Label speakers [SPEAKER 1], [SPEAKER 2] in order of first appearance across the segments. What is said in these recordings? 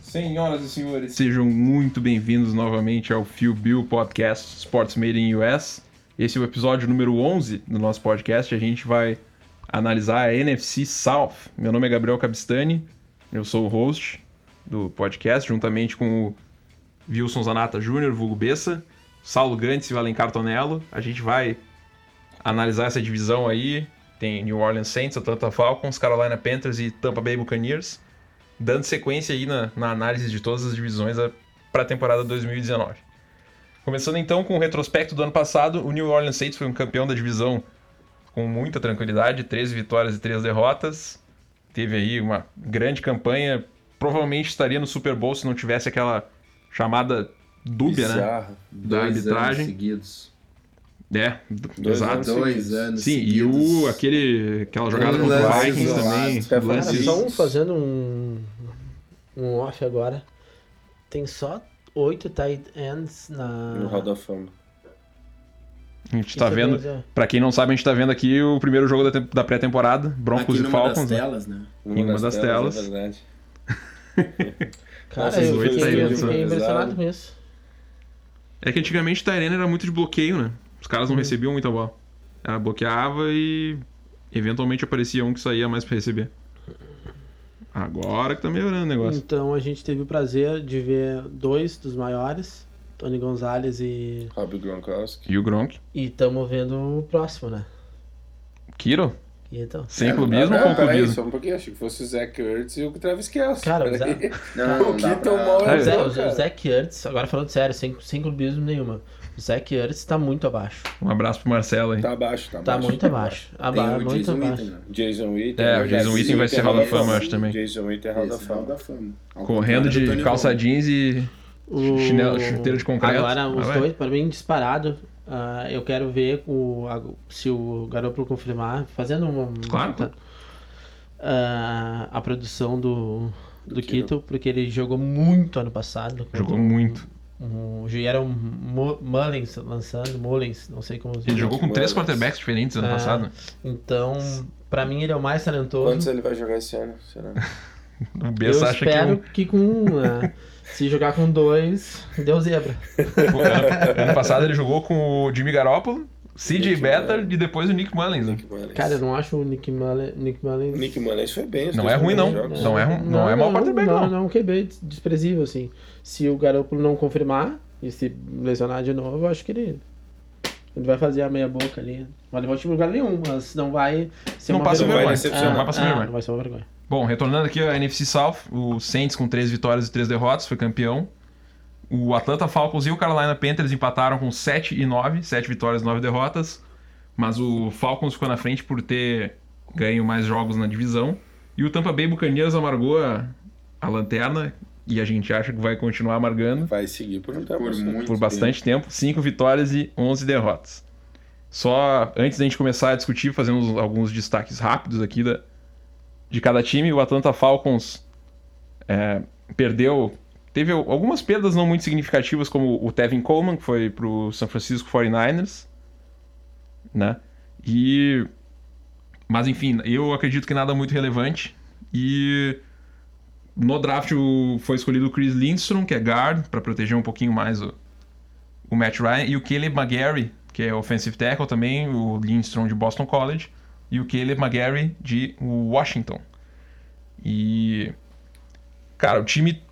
[SPEAKER 1] Senhoras e senhores, sejam muito bem-vindos novamente ao Phil Bill Podcast Sports Made in US. Esse é o episódio número 11 do nosso podcast. A gente vai analisar a NFC South. Meu nome é Gabriel Cabistani, eu sou o host do podcast, juntamente com o Wilson Zanata Júnior, vulgo Bessa, Saulo Gantz e o Alencar Tonello. A gente vai analisar essa divisão aí. Tem New Orleans Saints, Atlanta Falcons, Carolina Panthers e Tampa Bay Buccaneers. Dando sequência aí na, na análise de todas as divisões para a temporada 2019. Começando então com o retrospecto do ano passado, o New Orleans Saints foi um campeão da divisão com muita tranquilidade, 13 vitórias e 3 derrotas. Teve aí uma grande campanha, provavelmente estaria no Super Bowl se não tivesse aquela chamada dúbia,
[SPEAKER 2] Bizarro.
[SPEAKER 1] né? Da
[SPEAKER 2] Dois
[SPEAKER 1] arbitragem.
[SPEAKER 2] anos seguidos.
[SPEAKER 1] É, d-
[SPEAKER 3] Ah,
[SPEAKER 1] exato.
[SPEAKER 2] anos Dois anos
[SPEAKER 1] Sim, e
[SPEAKER 2] seguidos.
[SPEAKER 1] o, aquele, aquela jogada
[SPEAKER 2] Um
[SPEAKER 1] contra o
[SPEAKER 2] lance
[SPEAKER 1] Vikings
[SPEAKER 2] isolado, os
[SPEAKER 1] também,
[SPEAKER 2] caras
[SPEAKER 4] Cara,
[SPEAKER 2] Lance-
[SPEAKER 4] só um fazendo um, um off agora. Tem só oito tight ends na.
[SPEAKER 1] Ah.
[SPEAKER 2] No Hall da Fama.
[SPEAKER 1] A gente tá
[SPEAKER 4] Isso
[SPEAKER 1] vendo,
[SPEAKER 4] mesmo, é.
[SPEAKER 1] pra quem não sabe, a gente tá vendo aqui o primeiro jogo da, tem- da pré-temporada, Broncos e
[SPEAKER 3] Aqui numa
[SPEAKER 1] Falcons.
[SPEAKER 3] das
[SPEAKER 1] né?
[SPEAKER 3] telas, né?
[SPEAKER 1] Em uma das telas.
[SPEAKER 2] É verdade.
[SPEAKER 4] Cara,
[SPEAKER 2] Nossa,
[SPEAKER 4] eu
[SPEAKER 1] oito tight
[SPEAKER 4] fiquei, eu
[SPEAKER 1] ends,
[SPEAKER 4] fiquei
[SPEAKER 2] né?
[SPEAKER 4] impressionado
[SPEAKER 2] Pesado.
[SPEAKER 4] com isso.
[SPEAKER 1] É que antigamente o Tyrene era muito de bloqueio, né? Os caras
[SPEAKER 2] Uhum.
[SPEAKER 1] não recebiam muita bola. Ela bloqueava e eventualmente aparecia um que saía mais pra receber. Agora que tá melhorando o negócio.
[SPEAKER 4] Então a gente teve o prazer de ver dois dos maiores, Tony Gonzalez e.
[SPEAKER 2] Rob Gronkowski.
[SPEAKER 1] E o Gronk.
[SPEAKER 4] E estamos vendo o próximo, né?
[SPEAKER 1] Kiro?
[SPEAKER 4] E então.
[SPEAKER 1] Sem
[SPEAKER 2] É,
[SPEAKER 1] clubismo
[SPEAKER 2] não,
[SPEAKER 1] ou com
[SPEAKER 2] peraí,
[SPEAKER 1] clubismo?
[SPEAKER 2] Só um pouquinho, achei que fosse o Zach Ertz e o Travis Kelce.
[SPEAKER 4] Cara,
[SPEAKER 2] Peraí.
[SPEAKER 4] o
[SPEAKER 3] Não, não,
[SPEAKER 2] o
[SPEAKER 3] dá
[SPEAKER 2] que
[SPEAKER 3] pra-
[SPEAKER 2] tomou
[SPEAKER 1] É,
[SPEAKER 4] O Zé-
[SPEAKER 2] não,
[SPEAKER 4] o Zé-
[SPEAKER 2] cara.
[SPEAKER 4] o Zach Ertz, agora falando sério, sem, sem clubismo nenhuma. O Zach Ertz tá muito abaixo.
[SPEAKER 1] Um abraço pro Marcelo aí.
[SPEAKER 2] Tá abaixo, tá abaixo.
[SPEAKER 4] Tá muito abaixo.
[SPEAKER 3] Tem
[SPEAKER 4] Aba
[SPEAKER 3] um o
[SPEAKER 4] muito
[SPEAKER 3] Jason
[SPEAKER 4] abaixo.
[SPEAKER 3] Witten, né?
[SPEAKER 2] Jason Witten.
[SPEAKER 1] É,
[SPEAKER 2] né?
[SPEAKER 1] o Jason Witten vai ser Hall da Fama, eu acho também.
[SPEAKER 2] Jason Witten é Hall da
[SPEAKER 3] Esse é o
[SPEAKER 2] Fama.
[SPEAKER 3] da Fama. Ao
[SPEAKER 1] Correndo
[SPEAKER 3] contrário do
[SPEAKER 1] de
[SPEAKER 3] Tony
[SPEAKER 1] calça
[SPEAKER 3] Romo.
[SPEAKER 1] jeans e
[SPEAKER 4] O-
[SPEAKER 1] Chinelo- chuteiro de concreto.
[SPEAKER 4] Agora, os
[SPEAKER 1] Ah, vai.
[SPEAKER 4] dois, para mim, disparado. Ah, eu quero ver o, a- se o Garoppolo confirmar, fazendo uma,
[SPEAKER 1] Claro.
[SPEAKER 4] uma- ah, a produção do, do, Kito, porque ele jogou muito ano passado.
[SPEAKER 1] jogou muito.
[SPEAKER 4] Um, já era um Mu- Mullins lançando, Mullins, não sei como. se
[SPEAKER 1] Ele
[SPEAKER 4] chama.
[SPEAKER 1] jogou com três quarterbacks diferentes ano
[SPEAKER 4] É.
[SPEAKER 1] passado.
[SPEAKER 4] Então, para mim, ele é o mais talentoso.
[SPEAKER 2] Quantos ele vai jogar esse ano? Será?
[SPEAKER 1] O
[SPEAKER 4] eu
[SPEAKER 1] Bessa acha que
[SPEAKER 4] espero
[SPEAKER 1] o-
[SPEAKER 4] que, com um, ah, se jogar com dois, deu zebra.
[SPEAKER 1] ano,
[SPEAKER 4] é.
[SPEAKER 1] ano passado ele jogou com o Jimmy Garoppolo, CJ
[SPEAKER 2] Nick
[SPEAKER 1] Better
[SPEAKER 4] é.
[SPEAKER 1] e depois o Nick Mullins. né?
[SPEAKER 2] Nick Mullins.
[SPEAKER 4] Cara, eu não acho o Nick Mullins. Nick Mullins
[SPEAKER 2] Nick Mullins foi bem. os
[SPEAKER 1] Não
[SPEAKER 2] dois
[SPEAKER 1] é ruim, não.
[SPEAKER 2] primeiros jogos.
[SPEAKER 1] Não é, ru- não é mau quarterback,
[SPEAKER 4] Não,
[SPEAKER 1] não.
[SPEAKER 4] não é um QB des- desprezível, assim. Se o Garoppolo não confirmar e se lesionar de novo, eu acho que ele. Ele vai fazer a meia boca ali. Não vai levar o time a lugar nenhum, mas não vai ser
[SPEAKER 1] Não
[SPEAKER 4] uma
[SPEAKER 1] passa
[SPEAKER 4] vergonha.
[SPEAKER 2] vergonha.
[SPEAKER 4] Ah,
[SPEAKER 2] Não
[SPEAKER 1] vai passar
[SPEAKER 4] ah,
[SPEAKER 1] vergonha.
[SPEAKER 4] Não vai ser uma vergonha.
[SPEAKER 1] Bom, retornando aqui a NFC South, o Saints com três vitórias e três derrotas foi campeão. O Atlanta Falcons e o Carolina Panthers empataram com 7 e 9, 7 vitórias e 9 derrotas. Mas o Falcons ficou na frente por ter ganho mais jogos na divisão. E o Tampa Bay Buccaneers amargou a, a lanterna e a gente acha que vai continuar amargando
[SPEAKER 2] Vai seguir por um tempo.
[SPEAKER 3] Por
[SPEAKER 2] assim.
[SPEAKER 3] muito
[SPEAKER 1] por bastante tempo. 5 vitórias e 11 derrotas. Só antes da gente começar a discutir, fazendo uns- alguns destaques rápidos aqui da, de cada time. O Atlanta Falcons é, perdeu. Teve al- algumas perdas não muito significativas, como o Tevin Coleman, que foi pro San Francisco 49ers. Né? E. Mas enfim, eu acredito que nada muito relevante. E no draft o- foi escolhido o Chris Lindstrom, que é guard, para proteger um pouquinho mais o, o Matt Ryan, e o Caleb McGarry, que é offensive tackle também, o Lindstrom de Boston College, e o Caleb McGarry de Washington. E. Cara, o time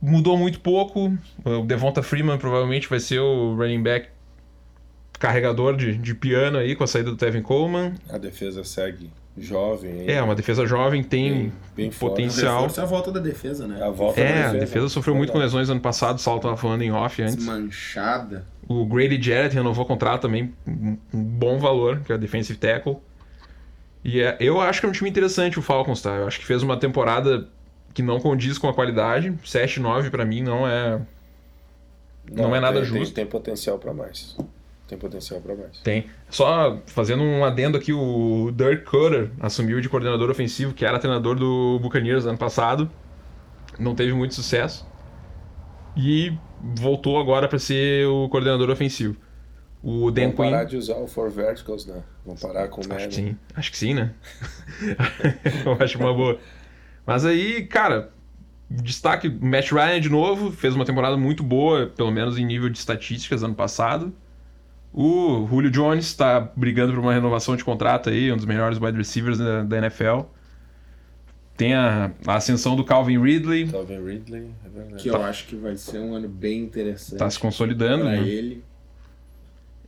[SPEAKER 1] mudou muito pouco. O Devonta Freeman provavelmente vai ser o running back carregador de, de piano aí com a saída do Tevin Coleman.
[SPEAKER 2] A defesa segue jovem. hein?
[SPEAKER 1] É, uma defesa jovem, tem
[SPEAKER 2] Bem forte.
[SPEAKER 3] O
[SPEAKER 1] potencial.
[SPEAKER 3] reforço é a volta da defesa, né?
[SPEAKER 2] A volta
[SPEAKER 1] É,
[SPEAKER 2] da
[SPEAKER 1] a defesa sofreu muito com
[SPEAKER 2] Verdade.
[SPEAKER 1] lesões ano passado, Sal tava falando em off antes.
[SPEAKER 3] Desmanchada.
[SPEAKER 1] O Grady Jarrett renovou o contrato também, um um bom valor, que é defensive tackle. E é- eu acho que é um time interessante o Falcons, tá? Eu acho que fez uma temporada que não condiz com a qualidade. 7-9 pra mim não é... Não é nada
[SPEAKER 2] tem-
[SPEAKER 1] justo.
[SPEAKER 2] Tem, tem potencial pra mais. Tem potencial pra mais.
[SPEAKER 1] Tem. Só fazendo um adendo aqui, o Dirk Cutter assumiu de coordenador ofensivo, que era treinador do Buccaneers ano passado. Não teve muito sucesso. E voltou agora pra ser o coordenador ofensivo. O Dan
[SPEAKER 2] Vão
[SPEAKER 1] Quinn...
[SPEAKER 2] parar de usar o Four Verticals, né? Vão parar com o
[SPEAKER 1] Acho que
[SPEAKER 2] Madden.
[SPEAKER 1] sim. Acho que sim, né? Eu acho uma boa. Mas aí, cara, Destaque, Matt Ryan de novo, fez uma temporada muito boa, pelo menos em nível de estatísticas, ano passado. O Julio Jones está brigando por uma renovação de contrato aí, um dos melhores wide receivers da, da NFL. Tem a, a ascensão do Calvin Ridley,
[SPEAKER 2] Calvin Ridley, é verdade.
[SPEAKER 3] Que eu acho que vai ser um ano bem interessante
[SPEAKER 1] está se consolidando.
[SPEAKER 3] pra
[SPEAKER 1] Tá. né?
[SPEAKER 3] ele.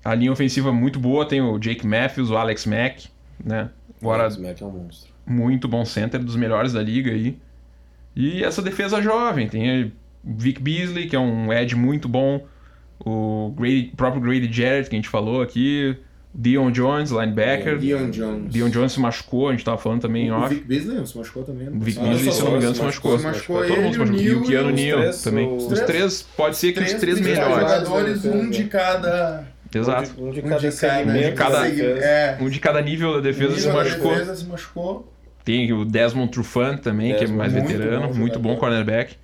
[SPEAKER 1] A linha ofensiva muito boa, tem o Jake Matthews, o Alex Mack, né? Agora,
[SPEAKER 2] Alex Mack é um monstro.
[SPEAKER 1] muito bom center, dos melhores da liga aí. E essa defesa jovem, tem o Vic Beasley, que é um edge muito bom, o Grady- próprio Grady Jarrett, que a gente falou aqui, Dion Jones, linebacker. Dion,
[SPEAKER 3] Dion Jones.
[SPEAKER 1] Jones se machucou, a gente tava falando também em
[SPEAKER 3] O
[SPEAKER 1] off.
[SPEAKER 3] Vic Beasley se machucou também. né?
[SPEAKER 1] O Vic
[SPEAKER 3] Ah,
[SPEAKER 1] Beasley,
[SPEAKER 3] só-
[SPEAKER 1] se eu não me engano, se
[SPEAKER 3] só-
[SPEAKER 1] machucou.
[SPEAKER 3] Se machucou
[SPEAKER 1] Tá Todo mundo
[SPEAKER 3] ele,
[SPEAKER 1] se
[SPEAKER 3] o
[SPEAKER 1] machucou. E o Keanu
[SPEAKER 3] Neal e
[SPEAKER 1] Neal
[SPEAKER 2] três,
[SPEAKER 1] também.
[SPEAKER 2] o-
[SPEAKER 1] Os
[SPEAKER 2] os
[SPEAKER 1] três, pode ser que os três melhores.
[SPEAKER 3] jogadores, um de cada...
[SPEAKER 1] Exato.
[SPEAKER 2] Um de
[SPEAKER 3] Um
[SPEAKER 2] cada
[SPEAKER 3] de cada...
[SPEAKER 2] segmento.
[SPEAKER 1] de cada-
[SPEAKER 2] defesa.
[SPEAKER 3] É.
[SPEAKER 1] Um de cada nível da defesa se
[SPEAKER 3] Nível da
[SPEAKER 1] machucou.
[SPEAKER 3] defesa se machucou.
[SPEAKER 1] Tem o Desmond Trufant também, que é
[SPEAKER 2] Desmond,
[SPEAKER 1] mais
[SPEAKER 3] muito
[SPEAKER 1] veterano,
[SPEAKER 3] bom
[SPEAKER 1] muito bom
[SPEAKER 3] jogador.
[SPEAKER 1] cornerback.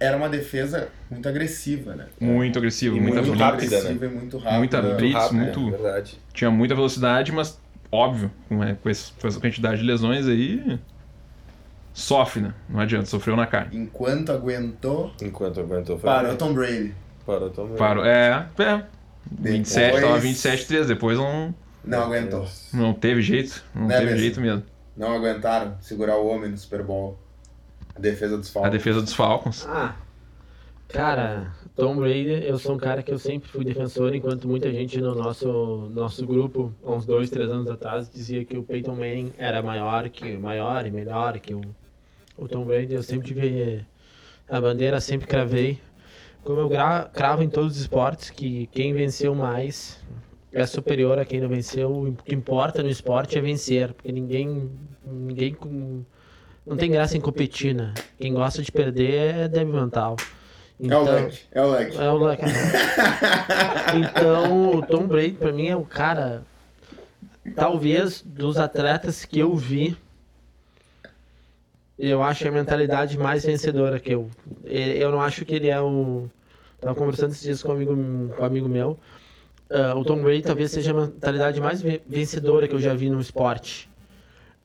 [SPEAKER 3] Era uma defesa muito agressiva, né?
[SPEAKER 1] Muito agressivo,
[SPEAKER 2] E
[SPEAKER 1] muita
[SPEAKER 2] muito
[SPEAKER 1] habilidade.
[SPEAKER 2] rápida,
[SPEAKER 3] agressiva e muito rápida.
[SPEAKER 1] Muita
[SPEAKER 3] Muito
[SPEAKER 1] blitz,
[SPEAKER 2] rápido,
[SPEAKER 1] muito-
[SPEAKER 2] É, verdade.
[SPEAKER 1] tinha muita velocidade, mas óbvio, com, é, com esse- com essa quantidade de lesões aí, sofre, né? Não adianta, sofreu na carne.
[SPEAKER 3] Enquanto aguentou,
[SPEAKER 2] Enquanto aguentou, foi.
[SPEAKER 3] parou Tom Brady.
[SPEAKER 2] Parou também.
[SPEAKER 1] Parou. É, é. 27,
[SPEAKER 3] Depois-
[SPEAKER 1] tava 27, 3, depois não,
[SPEAKER 3] Não aguentou.
[SPEAKER 1] não teve jeito. Não
[SPEAKER 3] Né,
[SPEAKER 1] teve
[SPEAKER 3] mesmo?
[SPEAKER 1] jeito mesmo.
[SPEAKER 3] Não aguentaram segurar o homem no Super Bowl. A defesa dos
[SPEAKER 1] A
[SPEAKER 3] Falcons.
[SPEAKER 1] defesa dos Falcons.
[SPEAKER 4] Ah, cara, Tom Brady, eu sou um cara que eu sempre fui defensor, enquanto muita gente no nosso, nosso grupo, há uns dois, três anos atrás, dizia que o Peyton Manning era maior que maior e melhor que o, o Tom Brady. Eu sempre tive a bandeira, sempre cravei. Como eu gra- cravo em todos os esportes, que quem venceu mais é superior a quem não venceu. O que importa no esporte é vencer, porque ninguém, ninguém com- não tem graça em competir, né? Quem gosta de perder é débil mental.
[SPEAKER 3] É o
[SPEAKER 1] Então-
[SPEAKER 3] Leque. É o Leque.
[SPEAKER 4] É o Leque.
[SPEAKER 3] É.
[SPEAKER 4] então, o Tom Brady, pra mim, é o cara. Talvez dos atletas que eu vi, eu acho a mentalidade mais vencedora que eu. e- Eu não acho que ele é o. Tava conversando esses dias com um amigo, com um amigo meu. Ah, o Tom Brady talvez seja a mentalidade mais ve- vencedora que eu já vi no esporte.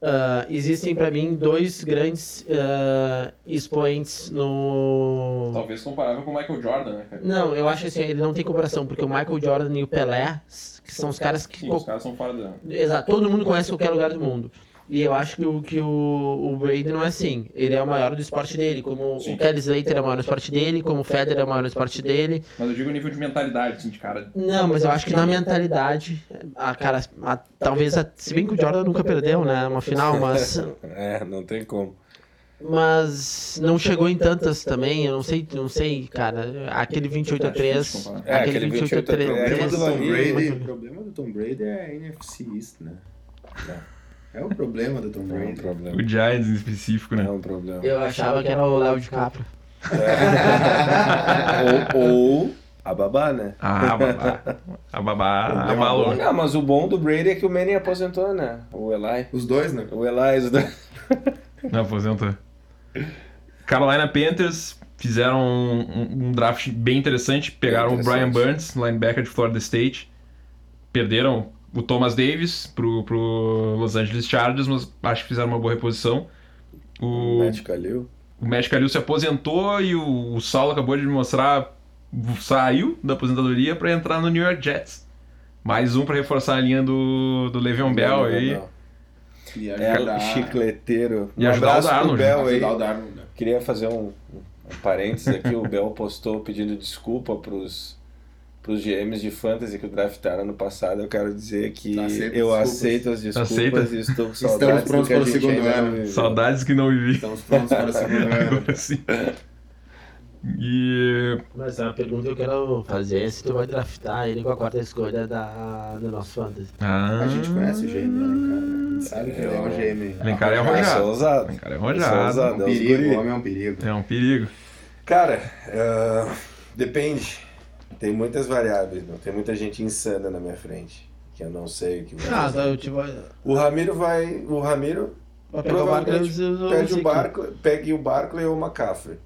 [SPEAKER 4] Ah, existem pra mim dois grandes ah, expoentes no
[SPEAKER 1] Talvez comparável com o Michael Jordan, né, cara?
[SPEAKER 4] não, eu acho assim, ele não tem comparação, porque o Michael Jordan e o Pelé, s- que são os caras que. co-
[SPEAKER 1] caras são fora da.
[SPEAKER 4] Exato, todo mundo conhece qualquer lugar do mundo. E eu acho que o, que o, o Brady não é assim. Ele é o maior do esporte dele, como
[SPEAKER 1] Sim.
[SPEAKER 4] o Kelly Slater é o maior do esporte dele, como o Federer é o maior do esporte dele.
[SPEAKER 1] Mas eu digo o nível de mentalidade, assim, de cara.
[SPEAKER 4] Não, mas eu acho que na mentalidade, a cara, a- talvez, a- se bem que o Jordan nunca perdeu, né? Uma final, mas
[SPEAKER 2] É, não tem como.
[SPEAKER 4] mas não chegou em tantas também, eu não sei, não sei, cara. Aquele 28 a 3,
[SPEAKER 1] É,
[SPEAKER 2] aquele 28 a 3,
[SPEAKER 3] É, O problema, do
[SPEAKER 2] Beleza, Tom
[SPEAKER 3] Tom Brady,
[SPEAKER 4] Brady.
[SPEAKER 3] o problema do Tom Brady é a NFC East, né? É o problema do Tom
[SPEAKER 2] Não é um
[SPEAKER 3] Brady.
[SPEAKER 2] problema.
[SPEAKER 1] O Giants em específico,
[SPEAKER 2] Não
[SPEAKER 1] né?
[SPEAKER 2] é um problema.
[SPEAKER 4] Eu achava que era o Léo de Capra.
[SPEAKER 2] ou, ou a babá, né?
[SPEAKER 1] Ah, a babá. A babá é abalou.
[SPEAKER 2] Ah, mas o bom do Brady é que o Manning aposentou, né? O Eli.
[SPEAKER 3] Os dois, né?
[SPEAKER 2] O Eli. os dois-
[SPEAKER 1] Não, aposentou. Carolina Panthers fizeram um, um- um draft bem interessante. Pegaram
[SPEAKER 2] Bem interessante.
[SPEAKER 1] o Brian Burns, linebacker de Florida State. Perderam o Thomas Davis pro, pro Los Angeles Chargers, mas acho que fizeram uma boa reposição. O,
[SPEAKER 2] Matt Kalil.
[SPEAKER 1] o Magic Calil se aposentou e o, o Saulo acabou de me mostrar. Saiu da aposentadoria para entrar no New York Jets. Mais um para reforçar a linha do, do Le'Veon Bell aí.
[SPEAKER 3] E
[SPEAKER 2] É,
[SPEAKER 3] ajudar,
[SPEAKER 2] chicleteiro. Um
[SPEAKER 1] E ajudar o
[SPEAKER 2] abraço pro
[SPEAKER 1] Darnold.
[SPEAKER 2] Bell aí.
[SPEAKER 3] ajudar o Darnold. né?
[SPEAKER 2] Queria fazer um, um parênteses aqui. O Bel postou pedindo desculpa pros, pros GMs de fantasy que draftaram ano passado. Eu quero dizer que
[SPEAKER 3] Aceita
[SPEAKER 2] eu
[SPEAKER 3] desculpas.
[SPEAKER 2] Tá aceito as desculpas
[SPEAKER 1] Aceita.
[SPEAKER 2] e estou com
[SPEAKER 3] Estamos
[SPEAKER 2] saudades do
[SPEAKER 3] prontos
[SPEAKER 2] que a
[SPEAKER 3] para o
[SPEAKER 2] gente
[SPEAKER 3] segundo
[SPEAKER 2] ainda
[SPEAKER 3] ano.
[SPEAKER 2] não viveu.
[SPEAKER 1] Saudades que não vivi.
[SPEAKER 3] Estamos prontos Então para a segunda ano.
[SPEAKER 1] Agora sim. E
[SPEAKER 4] Mas a pergunta que eu quero fazer é se tu vai draftar ele com a quarta escolha da, do nosso fantasy.
[SPEAKER 1] ah,
[SPEAKER 3] A gente conhece o GM, né, cara? A gente sabe que ele é um GM.
[SPEAKER 1] Vem cá, é
[SPEAKER 2] Ah,
[SPEAKER 1] arrojado.
[SPEAKER 2] sou ousado.
[SPEAKER 1] Cara, é
[SPEAKER 2] Sou
[SPEAKER 1] rojado.
[SPEAKER 3] É
[SPEAKER 2] ousado,
[SPEAKER 3] um
[SPEAKER 2] é os
[SPEAKER 3] perigo,
[SPEAKER 2] guri.
[SPEAKER 3] o homem é um perigo.
[SPEAKER 1] É um perigo.
[SPEAKER 2] Cara, ah, depende. Tem muitas variáveis, não? Tem muita gente insana na minha frente. Que eu não sei o que
[SPEAKER 1] Ah,
[SPEAKER 2] vai fazer.
[SPEAKER 4] Ah, tá,
[SPEAKER 1] tá.
[SPEAKER 4] eu tipo, te vou.
[SPEAKER 2] O Ramiro vai. O Ramiro
[SPEAKER 4] Vai
[SPEAKER 2] pegar o barco,
[SPEAKER 4] e
[SPEAKER 2] eu
[SPEAKER 4] uso
[SPEAKER 2] pede o
[SPEAKER 4] Zeke.
[SPEAKER 2] barco, pegue o Barclay ou o McCaffrey.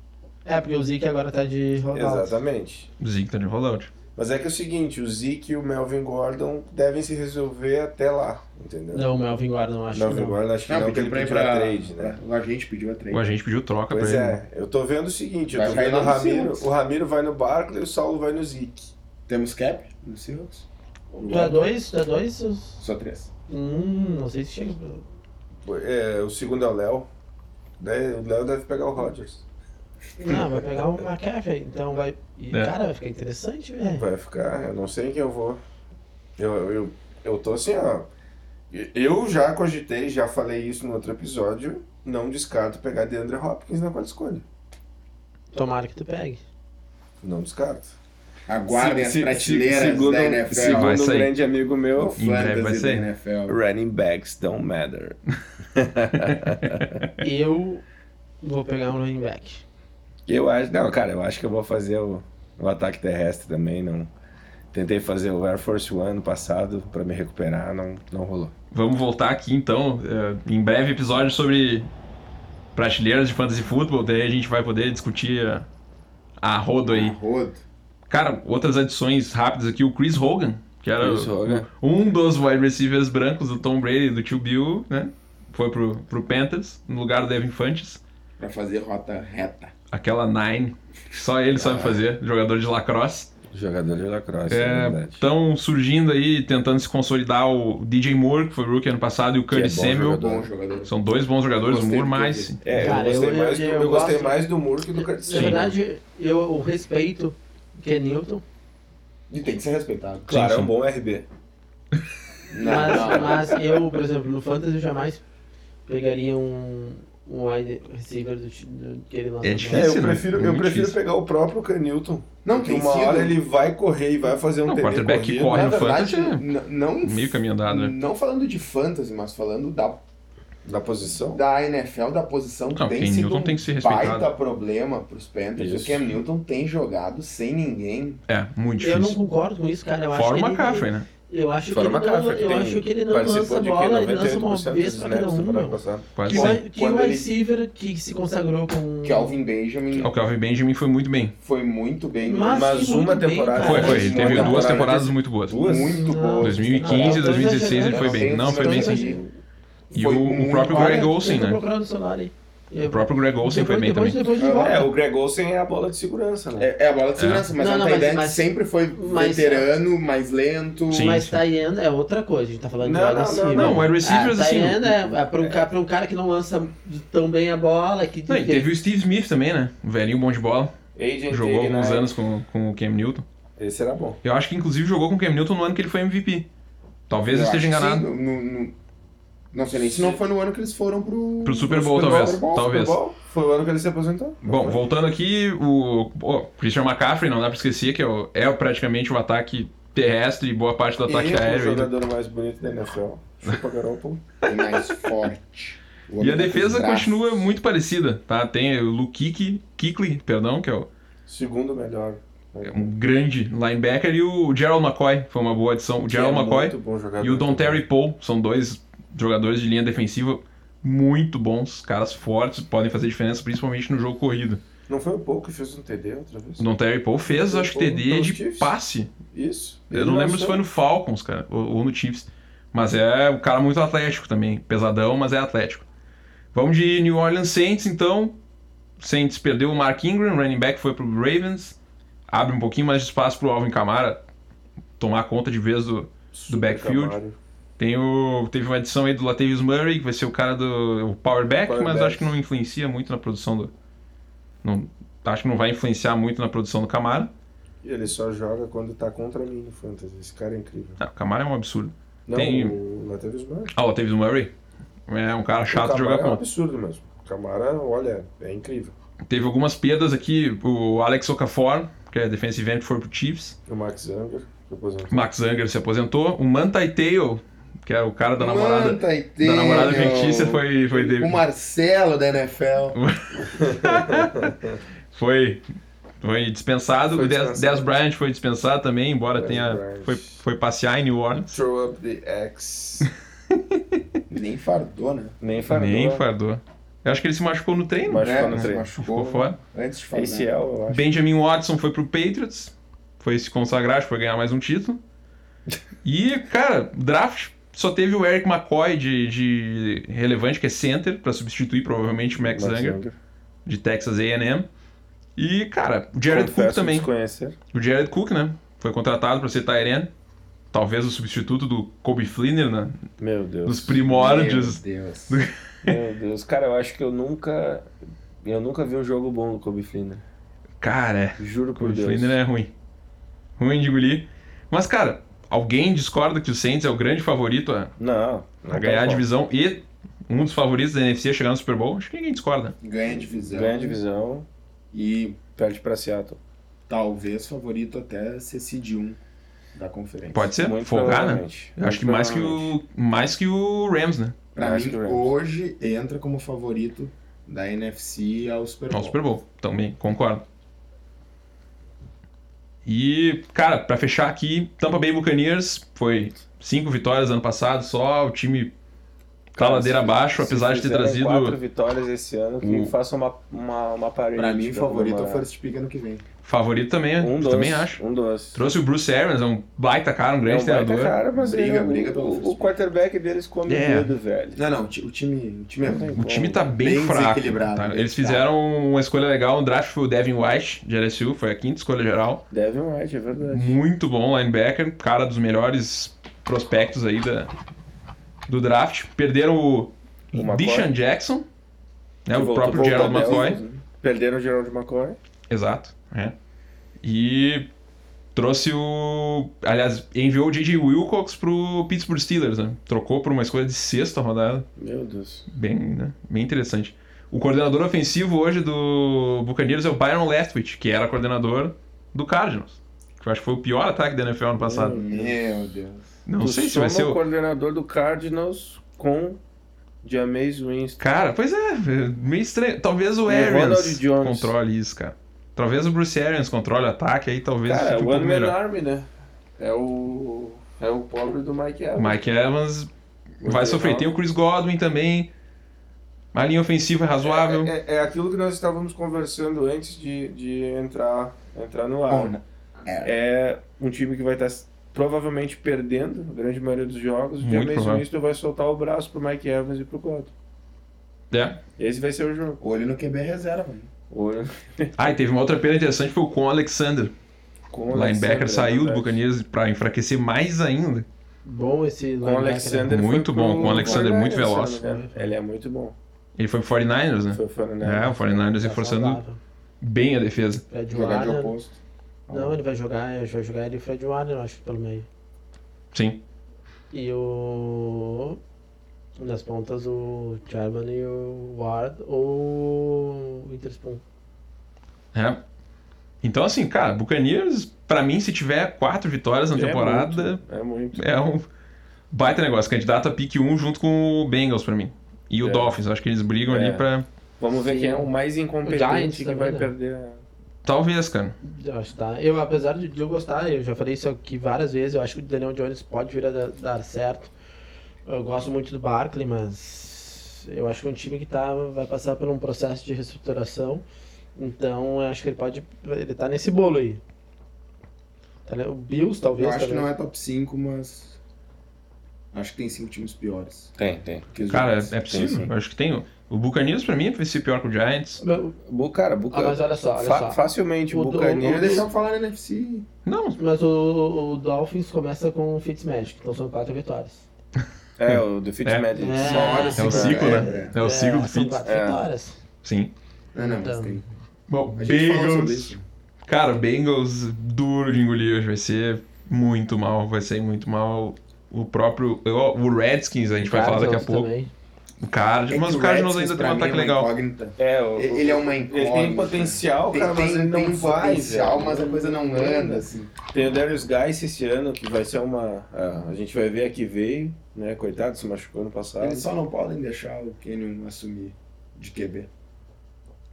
[SPEAKER 4] É, porque o Zeke agora tá de rodada.
[SPEAKER 2] Exatamente.
[SPEAKER 1] O Zeke tá de rollout.
[SPEAKER 2] Mas é que é o seguinte, o Zeke e o Melvin Gordon devem se resolver até lá, entendeu?
[SPEAKER 4] Não, o Melvin Guarda não acho. que
[SPEAKER 2] Melvin
[SPEAKER 4] não.
[SPEAKER 2] Gordon acho que
[SPEAKER 3] Ah,
[SPEAKER 2] não, que
[SPEAKER 3] pediu
[SPEAKER 2] ele
[SPEAKER 3] pra ir
[SPEAKER 2] pediu
[SPEAKER 3] pra
[SPEAKER 2] a trade, né?
[SPEAKER 3] pra- O agente pediu a trade.
[SPEAKER 1] O agente pediu troca
[SPEAKER 2] Pois
[SPEAKER 1] pra ele.
[SPEAKER 2] é, eu tô vendo o seguinte, eu
[SPEAKER 3] Vai
[SPEAKER 2] tô
[SPEAKER 3] cair
[SPEAKER 2] vendo o
[SPEAKER 3] lá no
[SPEAKER 2] Ramiro,
[SPEAKER 3] Seahawks.
[SPEAKER 2] o Ramiro vai no Barkley e o Saulo vai no Zeke.
[SPEAKER 3] Temos cap no Seahawks?
[SPEAKER 4] Tu é dois? Tu é dois? seus-
[SPEAKER 3] Só três.
[SPEAKER 4] Hum, não sei se chega. pra-
[SPEAKER 2] É, o segundo é o Léo. Daí o Léo deve pegar o Rodgers.
[SPEAKER 4] Não, Ah, vai pegar o McAfee, então vai. E,
[SPEAKER 1] É.
[SPEAKER 4] Cara, vai ficar interessante, velho.
[SPEAKER 2] Vai ficar, eu não sei em quem eu vou. Eu, eu, eu tô assim, ó. Eu já cogitei, já falei isso no outro episódio. Não descarto pegar DeAndre Hopkins na quarta escolha.
[SPEAKER 4] Tomara que tu pegue.
[SPEAKER 2] Não descarto.
[SPEAKER 3] Aguardem
[SPEAKER 2] Se-
[SPEAKER 3] as
[SPEAKER 2] se-
[SPEAKER 3] prateleiras
[SPEAKER 2] se- segundo,
[SPEAKER 3] da NFL.
[SPEAKER 2] Segundo
[SPEAKER 1] Vai
[SPEAKER 2] um
[SPEAKER 1] sair.
[SPEAKER 2] grande amigo
[SPEAKER 3] o
[SPEAKER 2] meu,
[SPEAKER 1] Em breve vai
[SPEAKER 3] fantasy da
[SPEAKER 1] ser.
[SPEAKER 3] NFL.
[SPEAKER 2] running backs don't matter.
[SPEAKER 4] Eu vou pegar um running back.
[SPEAKER 2] Eu acho, não, cara, eu acho que eu vou fazer o, o ataque terrestre também, não. Tentei fazer o Air Force One no passado pra me recuperar, não, não rolou.
[SPEAKER 1] Vamos voltar aqui então, é, em breve episódio sobre prateleiras de fantasy football, daí a gente vai poder discutir a, a rodo aí.
[SPEAKER 3] Tá Rodo.
[SPEAKER 1] Cara, outras adições rápidas aqui, o Chris Hogan, que era
[SPEAKER 2] Chris Hogan.
[SPEAKER 1] um dos wide receivers brancos do Tom Brady, do tio Bill, né? Foi pro, pro Panthers, no lugar do Devin Fantes.
[SPEAKER 3] Pra fazer rota reta.
[SPEAKER 1] Aquela nine, que só ele sabe
[SPEAKER 2] Ah.
[SPEAKER 1] fazer, jogador de lacrosse.
[SPEAKER 2] Jogador de lacrosse, é,
[SPEAKER 1] É,
[SPEAKER 2] verdade.
[SPEAKER 1] Estão surgindo aí, tentando se consolidar o DJ Moore, que foi rookie ano passado, e o Curtis
[SPEAKER 2] é bom
[SPEAKER 1] Samuel.
[SPEAKER 2] jogador.
[SPEAKER 3] Bom jogador.
[SPEAKER 1] São dois bons jogadores,
[SPEAKER 3] Gostei
[SPEAKER 1] o Moore
[SPEAKER 3] do que eu
[SPEAKER 1] mais.
[SPEAKER 3] vi.
[SPEAKER 2] É,
[SPEAKER 4] Cara,
[SPEAKER 2] eu gostei,
[SPEAKER 4] eu-
[SPEAKER 2] mais,
[SPEAKER 4] eu-
[SPEAKER 2] do,
[SPEAKER 4] eu
[SPEAKER 2] eu gostei
[SPEAKER 4] gosto-
[SPEAKER 2] mais do Moore que do Curtis
[SPEAKER 4] Na
[SPEAKER 1] Sim.
[SPEAKER 2] Samuel.
[SPEAKER 4] verdade, eu respeito é Kenilton,
[SPEAKER 3] E tem que ser respeitado.
[SPEAKER 2] Claro,
[SPEAKER 1] Sim,
[SPEAKER 2] é
[SPEAKER 1] sim.
[SPEAKER 2] um bom RB.
[SPEAKER 4] mas, mas eu, por exemplo, no Fantasy eu jamais pegaria um, um wide receiver do, ti- do que ele lançou.
[SPEAKER 1] É
[SPEAKER 2] É,
[SPEAKER 1] difícil.
[SPEAKER 2] eu
[SPEAKER 1] né?
[SPEAKER 2] prefiro,
[SPEAKER 1] Muito
[SPEAKER 2] eu prefiro
[SPEAKER 1] difícil.
[SPEAKER 2] pegar o próprio Canilton.
[SPEAKER 3] Não,
[SPEAKER 2] que
[SPEAKER 3] tem
[SPEAKER 2] uma
[SPEAKER 3] sido.
[SPEAKER 2] hora ele vai correr e vai fazer um
[SPEAKER 1] Não, o
[SPEAKER 2] TD
[SPEAKER 1] quarterback que
[SPEAKER 2] corrido.
[SPEAKER 1] corre
[SPEAKER 3] Na
[SPEAKER 1] no
[SPEAKER 3] verdade,
[SPEAKER 1] fantasy é
[SPEAKER 3] n- não,
[SPEAKER 1] meio caminho andado, né?
[SPEAKER 3] não falando de fantasy, mas falando da,
[SPEAKER 2] Da posição.
[SPEAKER 3] da NFL, da posição que
[SPEAKER 1] Não,
[SPEAKER 3] tem
[SPEAKER 1] Ken
[SPEAKER 3] sido
[SPEAKER 1] Newton
[SPEAKER 3] um
[SPEAKER 1] tem que ser respeitado.
[SPEAKER 3] baita problema pros Panthers.
[SPEAKER 2] Isso.
[SPEAKER 3] O Cam Newton tem jogado sem ninguém.
[SPEAKER 1] É, muito
[SPEAKER 4] Eu não
[SPEAKER 1] difícil.
[SPEAKER 4] concordo com isso, cara. Eu acho
[SPEAKER 1] Fora o
[SPEAKER 4] que ele-
[SPEAKER 1] McCaffrey, né?
[SPEAKER 4] Eu acho que
[SPEAKER 2] Fora
[SPEAKER 4] ele
[SPEAKER 2] o
[SPEAKER 4] não,
[SPEAKER 2] McCaffrey, que
[SPEAKER 4] eu
[SPEAKER 2] tem-
[SPEAKER 4] acho que ele não lança
[SPEAKER 2] Participou
[SPEAKER 4] a
[SPEAKER 2] de que
[SPEAKER 4] bola, ele lança uma
[SPEAKER 2] 98%
[SPEAKER 4] vez
[SPEAKER 2] dos
[SPEAKER 4] pra cada
[SPEAKER 2] snaps
[SPEAKER 4] um.
[SPEAKER 2] no ano
[SPEAKER 4] meu.
[SPEAKER 2] passado.
[SPEAKER 1] Quase
[SPEAKER 4] Que,
[SPEAKER 1] sim.
[SPEAKER 4] wide- que
[SPEAKER 3] Quando ele-
[SPEAKER 4] receiver que se consagrou com.
[SPEAKER 2] é
[SPEAKER 3] Calvin
[SPEAKER 1] Hum.
[SPEAKER 3] Benjamin
[SPEAKER 1] É O Calvin Benjamin foi muito bem.
[SPEAKER 3] foi muito bem.
[SPEAKER 4] Mas-
[SPEAKER 2] Mas
[SPEAKER 4] que Ah, muito
[SPEAKER 2] uma
[SPEAKER 4] bem,
[SPEAKER 2] temporada.
[SPEAKER 4] cara.
[SPEAKER 1] Foi, foi. Ele
[SPEAKER 3] Uma
[SPEAKER 1] teve duas
[SPEAKER 3] temporada
[SPEAKER 1] temporadas muito boas.
[SPEAKER 2] Duas?
[SPEAKER 3] Muito
[SPEAKER 4] Não.
[SPEAKER 3] boa.
[SPEAKER 1] 2015 e 2016 ele foi bem. Não, foi bem sim. E
[SPEAKER 3] Foi
[SPEAKER 1] o, o
[SPEAKER 3] muito
[SPEAKER 1] próprio
[SPEAKER 3] bom.
[SPEAKER 1] Greg Olsen,
[SPEAKER 4] Eu tô
[SPEAKER 1] né?
[SPEAKER 4] procurando o celular aí.
[SPEAKER 1] O próprio Greg Olsen foi bem também.
[SPEAKER 4] depois, Depois de volta.
[SPEAKER 2] É, o Greg Olsen é a bola de segurança, né?
[SPEAKER 3] É, é a bola de segurança, mas
[SPEAKER 4] Não,
[SPEAKER 3] é um
[SPEAKER 4] não,
[SPEAKER 3] tight
[SPEAKER 4] mas-
[SPEAKER 3] end que
[SPEAKER 4] mas-
[SPEAKER 3] sempre foi
[SPEAKER 4] mas-
[SPEAKER 3] veterano, mais lento.
[SPEAKER 1] Sim.
[SPEAKER 4] Mas Tayen é outra coisa, a gente tá falando
[SPEAKER 2] Não,
[SPEAKER 4] de wide
[SPEAKER 2] não,
[SPEAKER 4] receiver.
[SPEAKER 1] não, wide receivers,
[SPEAKER 4] ah,
[SPEAKER 1] assim,
[SPEAKER 4] Tayen é, é pra, um cara, pra um cara que não lança tão bem a bola, que,
[SPEAKER 1] Não,
[SPEAKER 4] que-
[SPEAKER 1] e teve o Steve Smith também, né? O velhinho bom de bola.
[SPEAKER 2] Agent
[SPEAKER 1] Jogou alguns
[SPEAKER 2] Ignite.
[SPEAKER 1] anos com, com o Cam Newton.
[SPEAKER 2] Esse era bom.
[SPEAKER 1] Eu acho que inclusive jogou com o Cam Newton no ano que ele foi MVP. Talvez eu esteja
[SPEAKER 3] acho que sim,
[SPEAKER 1] enganado.
[SPEAKER 3] no- no- no- não sei nem se não foi no ano que eles foram pro.
[SPEAKER 1] Pro Super Bowl, talvez. Talvez.
[SPEAKER 2] Super Bowl? Foi o ano que ele se aposentou.
[SPEAKER 1] Bom, voltando aqui, o o Christian McCaffrey, não dá pra esquecer que é, o- é praticamente o ataque terrestre e boa parte do ataque
[SPEAKER 2] e o
[SPEAKER 1] aéreo. aí do-
[SPEAKER 2] é um jogador mais bonito da NFL. Chupa Garoppolo.
[SPEAKER 3] E mais forte. O
[SPEAKER 1] E
[SPEAKER 3] homem
[SPEAKER 1] a
[SPEAKER 3] tá com os
[SPEAKER 1] defesa
[SPEAKER 3] braços.
[SPEAKER 1] continua muito parecida, tá? Tem o Luke Kiki- Kuechly, perdão, que é o-
[SPEAKER 2] Segundo melhor.
[SPEAKER 1] é um grande linebacker, e o Gerald McCoy, foi uma boa adição. O Gerald
[SPEAKER 2] Que é
[SPEAKER 1] McCoy
[SPEAKER 2] muito bom jogador
[SPEAKER 1] e o Don
[SPEAKER 2] também.
[SPEAKER 1] Terry Poe são dois jogadores de linha defensiva muito bons, caras fortes, podem fazer diferença principalmente no jogo corrido.
[SPEAKER 2] Não foi o Paul que fez um TD outra vez?
[SPEAKER 1] O Don Terry Poe fez, acho que TD
[SPEAKER 2] Pelos
[SPEAKER 1] de
[SPEAKER 2] Chiefs?
[SPEAKER 1] passe.
[SPEAKER 2] Isso.
[SPEAKER 1] Eu
[SPEAKER 2] Ele
[SPEAKER 1] não lembro
[SPEAKER 2] lançou.
[SPEAKER 1] se foi no Falcons, cara, ou, ou no Chiefs. Mas é um cara muito atlético também. Pesadão, mas é atlético. Vamos de New Orleans Saints, então. Saints perdeu o Mark Ingram, running back foi pro Ravens. Abre um pouquinho mais de espaço pro Alvin Kamara tomar conta de vez do.
[SPEAKER 2] Super
[SPEAKER 1] backfield.
[SPEAKER 2] Camaro.
[SPEAKER 1] Tem o, teve uma edição aí do Latavius Murray, que vai ser o cara do o power back,
[SPEAKER 2] Power
[SPEAKER 1] mas
[SPEAKER 2] back.
[SPEAKER 1] acho que não influencia muito na produção do. não- acho que não vai influenciar muito na produção do Camara.
[SPEAKER 2] E Ele só joga quando tá contra mim no Fantasy. Esse cara é incrível.
[SPEAKER 1] Ah, o Camara é um absurdo.
[SPEAKER 2] Não,
[SPEAKER 1] Tem-
[SPEAKER 2] o Latavius Murray.
[SPEAKER 1] Ah, o Latavius Murray é um cara chato
[SPEAKER 2] O
[SPEAKER 1] de jogar
[SPEAKER 2] Camara É um
[SPEAKER 1] contra.
[SPEAKER 2] absurdo mesmo. O Camara, olha, é incrível.
[SPEAKER 1] Teve algumas perdas aqui, o Alex Okafor, que é defensive end, foi pro Chiefs.
[SPEAKER 2] O Max Zanger, que aposentou.
[SPEAKER 1] Max Zanger se aposentou. O Mantai Tail, que era o cara da namorada,
[SPEAKER 3] Manta e
[SPEAKER 1] da namorada
[SPEAKER 3] Taylor.
[SPEAKER 1] fictícia, foi, foi, de-
[SPEAKER 3] O Marcelo da NFL.
[SPEAKER 1] foi, foi dispensado.
[SPEAKER 2] Foi
[SPEAKER 1] o Dez,
[SPEAKER 2] dispensado.
[SPEAKER 1] Dez Bryant foi dispensado também, embora
[SPEAKER 2] Dez
[SPEAKER 1] tenha
[SPEAKER 2] Bryant.
[SPEAKER 1] foi, foi passear em New Orleans.
[SPEAKER 2] Throw up the X.
[SPEAKER 3] Nem fardou, né?
[SPEAKER 2] Nem
[SPEAKER 1] Nem fardou. Eu acho que ele se machucou no treino.
[SPEAKER 2] Machucou né?
[SPEAKER 3] É,
[SPEAKER 2] no
[SPEAKER 3] mas
[SPEAKER 2] treino.
[SPEAKER 3] machucou
[SPEAKER 1] Ficou fora.
[SPEAKER 3] Antes de falar.
[SPEAKER 2] Esse é o, eu acho.
[SPEAKER 1] Benjamin Watson foi pro Patriots. Foi se consagrar, acho que foi ganhar mais um título. E, cara, draft só teve o Eric McCoy de, de relevante, que é center, pra substituir provavelmente o Max Zanger, de Texas A&M. E, cara, o Jared Cook também.
[SPEAKER 2] Desconhecer.
[SPEAKER 1] O Jared Cook, né? Foi contratado pra ser Tyrene. Talvez o substituto do Kobe Flinner, né?
[SPEAKER 2] Meu Deus.
[SPEAKER 1] Dos primórdios.
[SPEAKER 3] Meu Deus.
[SPEAKER 2] Meu Deus. Cara, eu acho que eu nunca. Eu nunca vi um jogo bom do Kobe Flynn.
[SPEAKER 1] Cara, é.
[SPEAKER 2] Juro por
[SPEAKER 1] Cold
[SPEAKER 2] Deus.
[SPEAKER 1] Flander é ruim. Ruim de engolir. Mas, cara, alguém discorda que o Saints é o grande favorito a,
[SPEAKER 2] Não. não
[SPEAKER 1] a ganhar a
[SPEAKER 2] tem como.
[SPEAKER 1] divisão e um dos favoritos da NFC a chegar no Super Bowl? Acho que ninguém discorda.
[SPEAKER 3] Ganha a divisão.
[SPEAKER 2] Ganha a divisão,
[SPEAKER 3] E
[SPEAKER 2] perde pra Seattle.
[SPEAKER 3] talvez favorito até ser seed 1 da conferência.
[SPEAKER 1] Pode ser?
[SPEAKER 2] Muito
[SPEAKER 1] Folgar, né?
[SPEAKER 2] provavelmente.
[SPEAKER 1] Eu acho que
[SPEAKER 2] Muito
[SPEAKER 1] mais que, o, mais que o Rams, né?
[SPEAKER 3] Pra
[SPEAKER 2] Acho
[SPEAKER 3] mim,
[SPEAKER 2] que o Rams.
[SPEAKER 3] hoje entra como favorito da NFC ao Super Bowl.
[SPEAKER 1] Ao Super Bowl. Também, concordo. E, cara, pra fechar aqui, Tampa Bay Buccaneers foi cinco vitórias ano passado só, o time tá
[SPEAKER 2] Cara,
[SPEAKER 1] ladeira
[SPEAKER 2] se-
[SPEAKER 1] abaixo,
[SPEAKER 2] se
[SPEAKER 1] apesar de ter
[SPEAKER 2] fizerem
[SPEAKER 1] trazido...
[SPEAKER 2] quatro vitórias esse ano, que
[SPEAKER 1] o-
[SPEAKER 2] faça uma, uma, uma parede.
[SPEAKER 3] Pra mim, favorito é o
[SPEAKER 2] uma-
[SPEAKER 3] First Pick ano que vem.
[SPEAKER 1] Favorito também,
[SPEAKER 2] Um
[SPEAKER 1] eu
[SPEAKER 2] doce.
[SPEAKER 1] também acho.
[SPEAKER 2] Um doce.
[SPEAKER 1] Trouxe o Bruce Arians, é um baita cara, um grande
[SPEAKER 2] É um baita
[SPEAKER 1] treinador.
[SPEAKER 2] cara, mas
[SPEAKER 3] Briga,
[SPEAKER 2] ele- é um-
[SPEAKER 3] briga pelo
[SPEAKER 2] o,
[SPEAKER 3] First
[SPEAKER 2] o
[SPEAKER 3] Pick.
[SPEAKER 2] quarterback deles come
[SPEAKER 1] É.
[SPEAKER 2] o dedo, velho.
[SPEAKER 3] Não, não, o ti- o time, o time é
[SPEAKER 2] Não tem
[SPEAKER 1] O
[SPEAKER 2] como.
[SPEAKER 1] time tá bem,
[SPEAKER 3] Bem
[SPEAKER 1] fraco.
[SPEAKER 3] desequilibrado,
[SPEAKER 1] tá?
[SPEAKER 3] bem
[SPEAKER 1] Eles
[SPEAKER 3] fraco.
[SPEAKER 1] fizeram uma escolha legal, um draft foi o Devin White, de LSU, foi a quinta escolha geral.
[SPEAKER 2] Devin White, é verdade.
[SPEAKER 1] Muito bom linebacker, cara dos melhores prospectos aí da, do draft. Perderam o,
[SPEAKER 2] O McCoy.
[SPEAKER 1] Deshaun Jackson, né,
[SPEAKER 2] Que
[SPEAKER 1] o
[SPEAKER 2] voltou-
[SPEAKER 1] próprio
[SPEAKER 2] voltou
[SPEAKER 1] Gerald
[SPEAKER 2] bem,
[SPEAKER 1] McCoy.
[SPEAKER 2] né? Perderam o Gerald McCoy.
[SPEAKER 1] Exato. É. E trouxe o. Aliás, enviou o J.J. Wilcox pro Pittsburgh Steelers, né? Trocou por uma escolha de sexta rodada.
[SPEAKER 2] Meu Deus.
[SPEAKER 1] Bem, né? Bem interessante. O coordenador ofensivo hoje do Buccaneers é o Byron Leftwich, que era coordenador do Cardinals. Que eu acho que foi o pior ataque da NFL ano passado.
[SPEAKER 2] Hum.
[SPEAKER 3] Meu Deus.
[SPEAKER 1] Não
[SPEAKER 2] Tu
[SPEAKER 1] sei se vai
[SPEAKER 2] soma
[SPEAKER 1] ser
[SPEAKER 2] o
[SPEAKER 1] o.
[SPEAKER 2] coordenador do Cardinals com Jameis Winston.
[SPEAKER 1] Cara, pois é, é meio estranho. Talvez o
[SPEAKER 2] E o É, Ronald
[SPEAKER 1] Arians
[SPEAKER 2] Jones.
[SPEAKER 1] controle isso, cara. Talvez o Bruce Arians controle o ataque, aí talvez
[SPEAKER 2] Cara, é
[SPEAKER 1] fique
[SPEAKER 2] o
[SPEAKER 1] um pouco
[SPEAKER 2] One Man
[SPEAKER 1] melhor.
[SPEAKER 2] Army, né? É o... É o pobre do Mike Evans.
[SPEAKER 1] Mike Evans vai sofrer. Tem o Chris Godwin também. A linha ofensiva é razoável.
[SPEAKER 2] É, é- é aquilo que nós estávamos conversando antes de, de entrar, entrar no ar.
[SPEAKER 3] Bom, né?
[SPEAKER 2] É um time que vai estar provavelmente perdendo a grande maioria dos jogos. O
[SPEAKER 1] Muito
[SPEAKER 2] James
[SPEAKER 1] provável.
[SPEAKER 2] Winston vai soltar o braço pro Mike Evans e pro Cotto.
[SPEAKER 1] É.
[SPEAKER 2] Esse vai ser o jogo.
[SPEAKER 3] Olho no QB reserva. né?
[SPEAKER 2] Olha,
[SPEAKER 1] Ah, e teve uma outra perda interessante, foi o Con Alexander.
[SPEAKER 2] com
[SPEAKER 1] O linebacker
[SPEAKER 2] Alexander,
[SPEAKER 1] saiu do
[SPEAKER 2] né?
[SPEAKER 1] Buccaneers pra enfraquecer mais ainda.
[SPEAKER 4] Bom esse
[SPEAKER 2] Com o
[SPEAKER 4] linebacker. né?
[SPEAKER 2] Alexander foi
[SPEAKER 1] Muito
[SPEAKER 2] pro-
[SPEAKER 1] bom, com o Alexander,
[SPEAKER 2] pro
[SPEAKER 1] muito
[SPEAKER 2] Niners,
[SPEAKER 1] veloz.
[SPEAKER 2] né? Ele é muito bom.
[SPEAKER 1] Ele foi pro 49ers, né?
[SPEAKER 2] Foi Tá fora,
[SPEAKER 1] É, o 49ers reforçando
[SPEAKER 4] tá saudável.
[SPEAKER 1] bem a defesa.
[SPEAKER 4] Fred
[SPEAKER 3] Jogar de
[SPEAKER 4] Warner.
[SPEAKER 3] oposto.
[SPEAKER 4] Não, ele vai jogar, ele vai jogar ele e Fred Warner, eu acho, pelo meio.
[SPEAKER 1] Sim.
[SPEAKER 4] E o. Nas pontas, o Charman e o Ward ou o Interspoon.
[SPEAKER 1] É. Então, assim, cara, Buccaneers, pra mim, se tiver quatro vitórias na temporada,
[SPEAKER 2] É muito.
[SPEAKER 1] é um baita negócio. Candidato a pick 1 junto com o Bengals pra mim. E o
[SPEAKER 2] É.
[SPEAKER 1] Dolphins, eu acho que eles brigam
[SPEAKER 2] É.
[SPEAKER 1] ali pra.
[SPEAKER 2] Vamos ver
[SPEAKER 4] Sim.
[SPEAKER 2] quem é o mais
[SPEAKER 4] O Giants
[SPEAKER 2] incompetente que
[SPEAKER 4] também,
[SPEAKER 2] vai
[SPEAKER 4] né?
[SPEAKER 2] perder. a-
[SPEAKER 1] Talvez, cara.
[SPEAKER 4] Eu acho que tá. Eu, apesar de eu gostar, eu já falei isso aqui várias vezes, eu acho que o Daniel Jones pode vir a dar, dar certo. Eu gosto muito do Barkley, mas eu acho que é um time que tá, vai passar por um processo de reestruturação. Então eu acho que ele pode. Ele tá nesse bolo aí. Tá, né? O Bills, talvez.
[SPEAKER 3] Eu acho que
[SPEAKER 4] também.
[SPEAKER 3] não é top 5, mas. Acho que tem cinco times piores.
[SPEAKER 2] Tem, tem.
[SPEAKER 3] que os
[SPEAKER 1] Cara,
[SPEAKER 3] Giants.
[SPEAKER 1] é, é possível.
[SPEAKER 2] sim.
[SPEAKER 1] Eu acho que tem. o- O Buccaneers, pra mim, vai ser pior que o
[SPEAKER 3] é-
[SPEAKER 1] Giants.
[SPEAKER 4] Mas-
[SPEAKER 2] Bu- Cara, Buca...
[SPEAKER 4] Ah, mas olha só, olha
[SPEAKER 2] fa-
[SPEAKER 4] só.
[SPEAKER 2] facilmente,
[SPEAKER 4] O do-
[SPEAKER 3] Vamos
[SPEAKER 2] Buccaneers.
[SPEAKER 3] deixar eu falar na NFC.
[SPEAKER 1] Não,
[SPEAKER 4] Mas o, o Dolphins começa com o Fitzmagic, então são quatro vitórias.
[SPEAKER 2] É, o do Fit
[SPEAKER 1] É.
[SPEAKER 2] Magic.
[SPEAKER 4] É.
[SPEAKER 2] Só olha
[SPEAKER 4] É o
[SPEAKER 2] assim,
[SPEAKER 1] é o
[SPEAKER 2] cara.
[SPEAKER 1] ciclo,
[SPEAKER 3] é,
[SPEAKER 1] né? É, o ciclo do
[SPEAKER 4] São
[SPEAKER 1] Fitz.
[SPEAKER 4] quatro
[SPEAKER 2] É.
[SPEAKER 4] vitórias.
[SPEAKER 1] Sim.
[SPEAKER 3] Não, Ah, não, mas
[SPEAKER 4] Então.
[SPEAKER 3] tem.
[SPEAKER 1] Bom,
[SPEAKER 3] A gente falou sobre
[SPEAKER 1] Bengals.
[SPEAKER 3] isso.
[SPEAKER 1] Cara, Bengals duro de engolir hoje. Vai ser muito mal. Vai ser muito mal. O próprio. eu- O Redskins, a gente vai falar daqui a
[SPEAKER 4] Cardinals
[SPEAKER 1] pouco.
[SPEAKER 4] também.
[SPEAKER 1] O Cardinals.
[SPEAKER 3] É
[SPEAKER 1] Mas
[SPEAKER 3] que
[SPEAKER 1] o Cardinals
[SPEAKER 3] Redskins,
[SPEAKER 1] ainda tem
[SPEAKER 3] pra
[SPEAKER 1] um
[SPEAKER 3] mim, é
[SPEAKER 1] ataque
[SPEAKER 3] uma
[SPEAKER 1] legal.
[SPEAKER 3] incógnita.
[SPEAKER 2] É, o-
[SPEAKER 3] Ele é uma incógnita.
[SPEAKER 2] Ele tem potencial, cara, mas ele não
[SPEAKER 3] tem
[SPEAKER 2] vai,
[SPEAKER 3] potencial,
[SPEAKER 2] velho.
[SPEAKER 3] mas a coisa não anda, assim.
[SPEAKER 2] Tem o Darius Geis esse ano, que vai ser uma. ah, A gente vai ver a que veio, né? Coitado, se machucou no passado.
[SPEAKER 3] Eles só não podem deixar o Kenyon assumir de QB.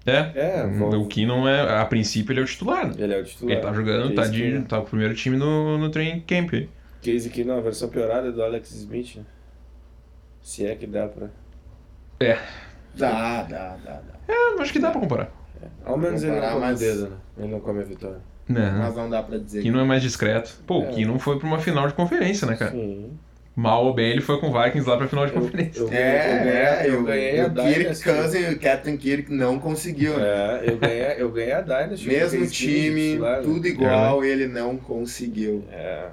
[SPEAKER 1] É.
[SPEAKER 2] É,
[SPEAKER 1] O
[SPEAKER 2] vamos-
[SPEAKER 1] que não é. A princípio ele é o titular. né?
[SPEAKER 2] ele é o titular.
[SPEAKER 1] Ele tá jogando, tá,
[SPEAKER 2] Case
[SPEAKER 1] de,
[SPEAKER 2] Keenum.
[SPEAKER 1] tá com o primeiro time no, no training camp. É,
[SPEAKER 2] Case que não, a versão piorada é do Alex Smith, né? Se é que dá pra.
[SPEAKER 3] Dá, dá, dá, dá.
[SPEAKER 1] É, acho que dá pra comparar.
[SPEAKER 2] Ao menos ele não
[SPEAKER 3] Comparar,
[SPEAKER 2] come o
[SPEAKER 3] mas-
[SPEAKER 2] dedo, né? Ele não come a vitória.
[SPEAKER 1] Não.
[SPEAKER 3] Mas não dá pra dizer.
[SPEAKER 1] Aqui não é mais discreto. Pô, o
[SPEAKER 2] É.
[SPEAKER 1] Kino foi pra uma final de conferência, né, cara?
[SPEAKER 2] Sim.
[SPEAKER 1] Mal ou bem, ele foi com o Vikings lá pra final de
[SPEAKER 2] Eu,
[SPEAKER 1] conferência.
[SPEAKER 2] eu,
[SPEAKER 3] É,
[SPEAKER 2] eu ganhei, eu ganhei a
[SPEAKER 3] o Kirk
[SPEAKER 2] Dynasty.
[SPEAKER 3] Cousins e o Captain Kirk não conseguiu. né?
[SPEAKER 2] É, eu ganhei, eu ganhei a Dynasty.
[SPEAKER 3] Mesmo
[SPEAKER 2] Porque
[SPEAKER 3] time,
[SPEAKER 2] Phoenix lá, né?
[SPEAKER 3] tudo igual,
[SPEAKER 1] É.
[SPEAKER 3] ele não conseguiu.
[SPEAKER 2] É.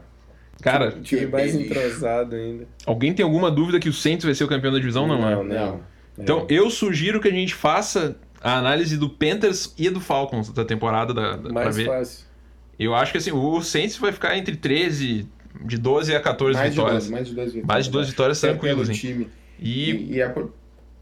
[SPEAKER 1] Cara,
[SPEAKER 2] O time é mais
[SPEAKER 3] Que lixo.
[SPEAKER 2] entrosado ainda.
[SPEAKER 1] alguém tem alguma dúvida que o Saints vai ser o campeão da divisão? Não, né? Então, eu sugiro que a gente faça a análise do Panthers e do Falcons da temporada da, da, pra
[SPEAKER 2] É. mais
[SPEAKER 1] ver.
[SPEAKER 2] fácil.
[SPEAKER 1] Eu acho que assim, o Saints vai ficar entre 13, de 12 a 14
[SPEAKER 3] Mais de,
[SPEAKER 1] vitórias.
[SPEAKER 3] dois, mais de duas vitórias.
[SPEAKER 1] mais de 12 vitórias
[SPEAKER 3] Até pelo
[SPEAKER 1] tranquilas, hein?
[SPEAKER 3] time. E,
[SPEAKER 1] E
[SPEAKER 3] e é por,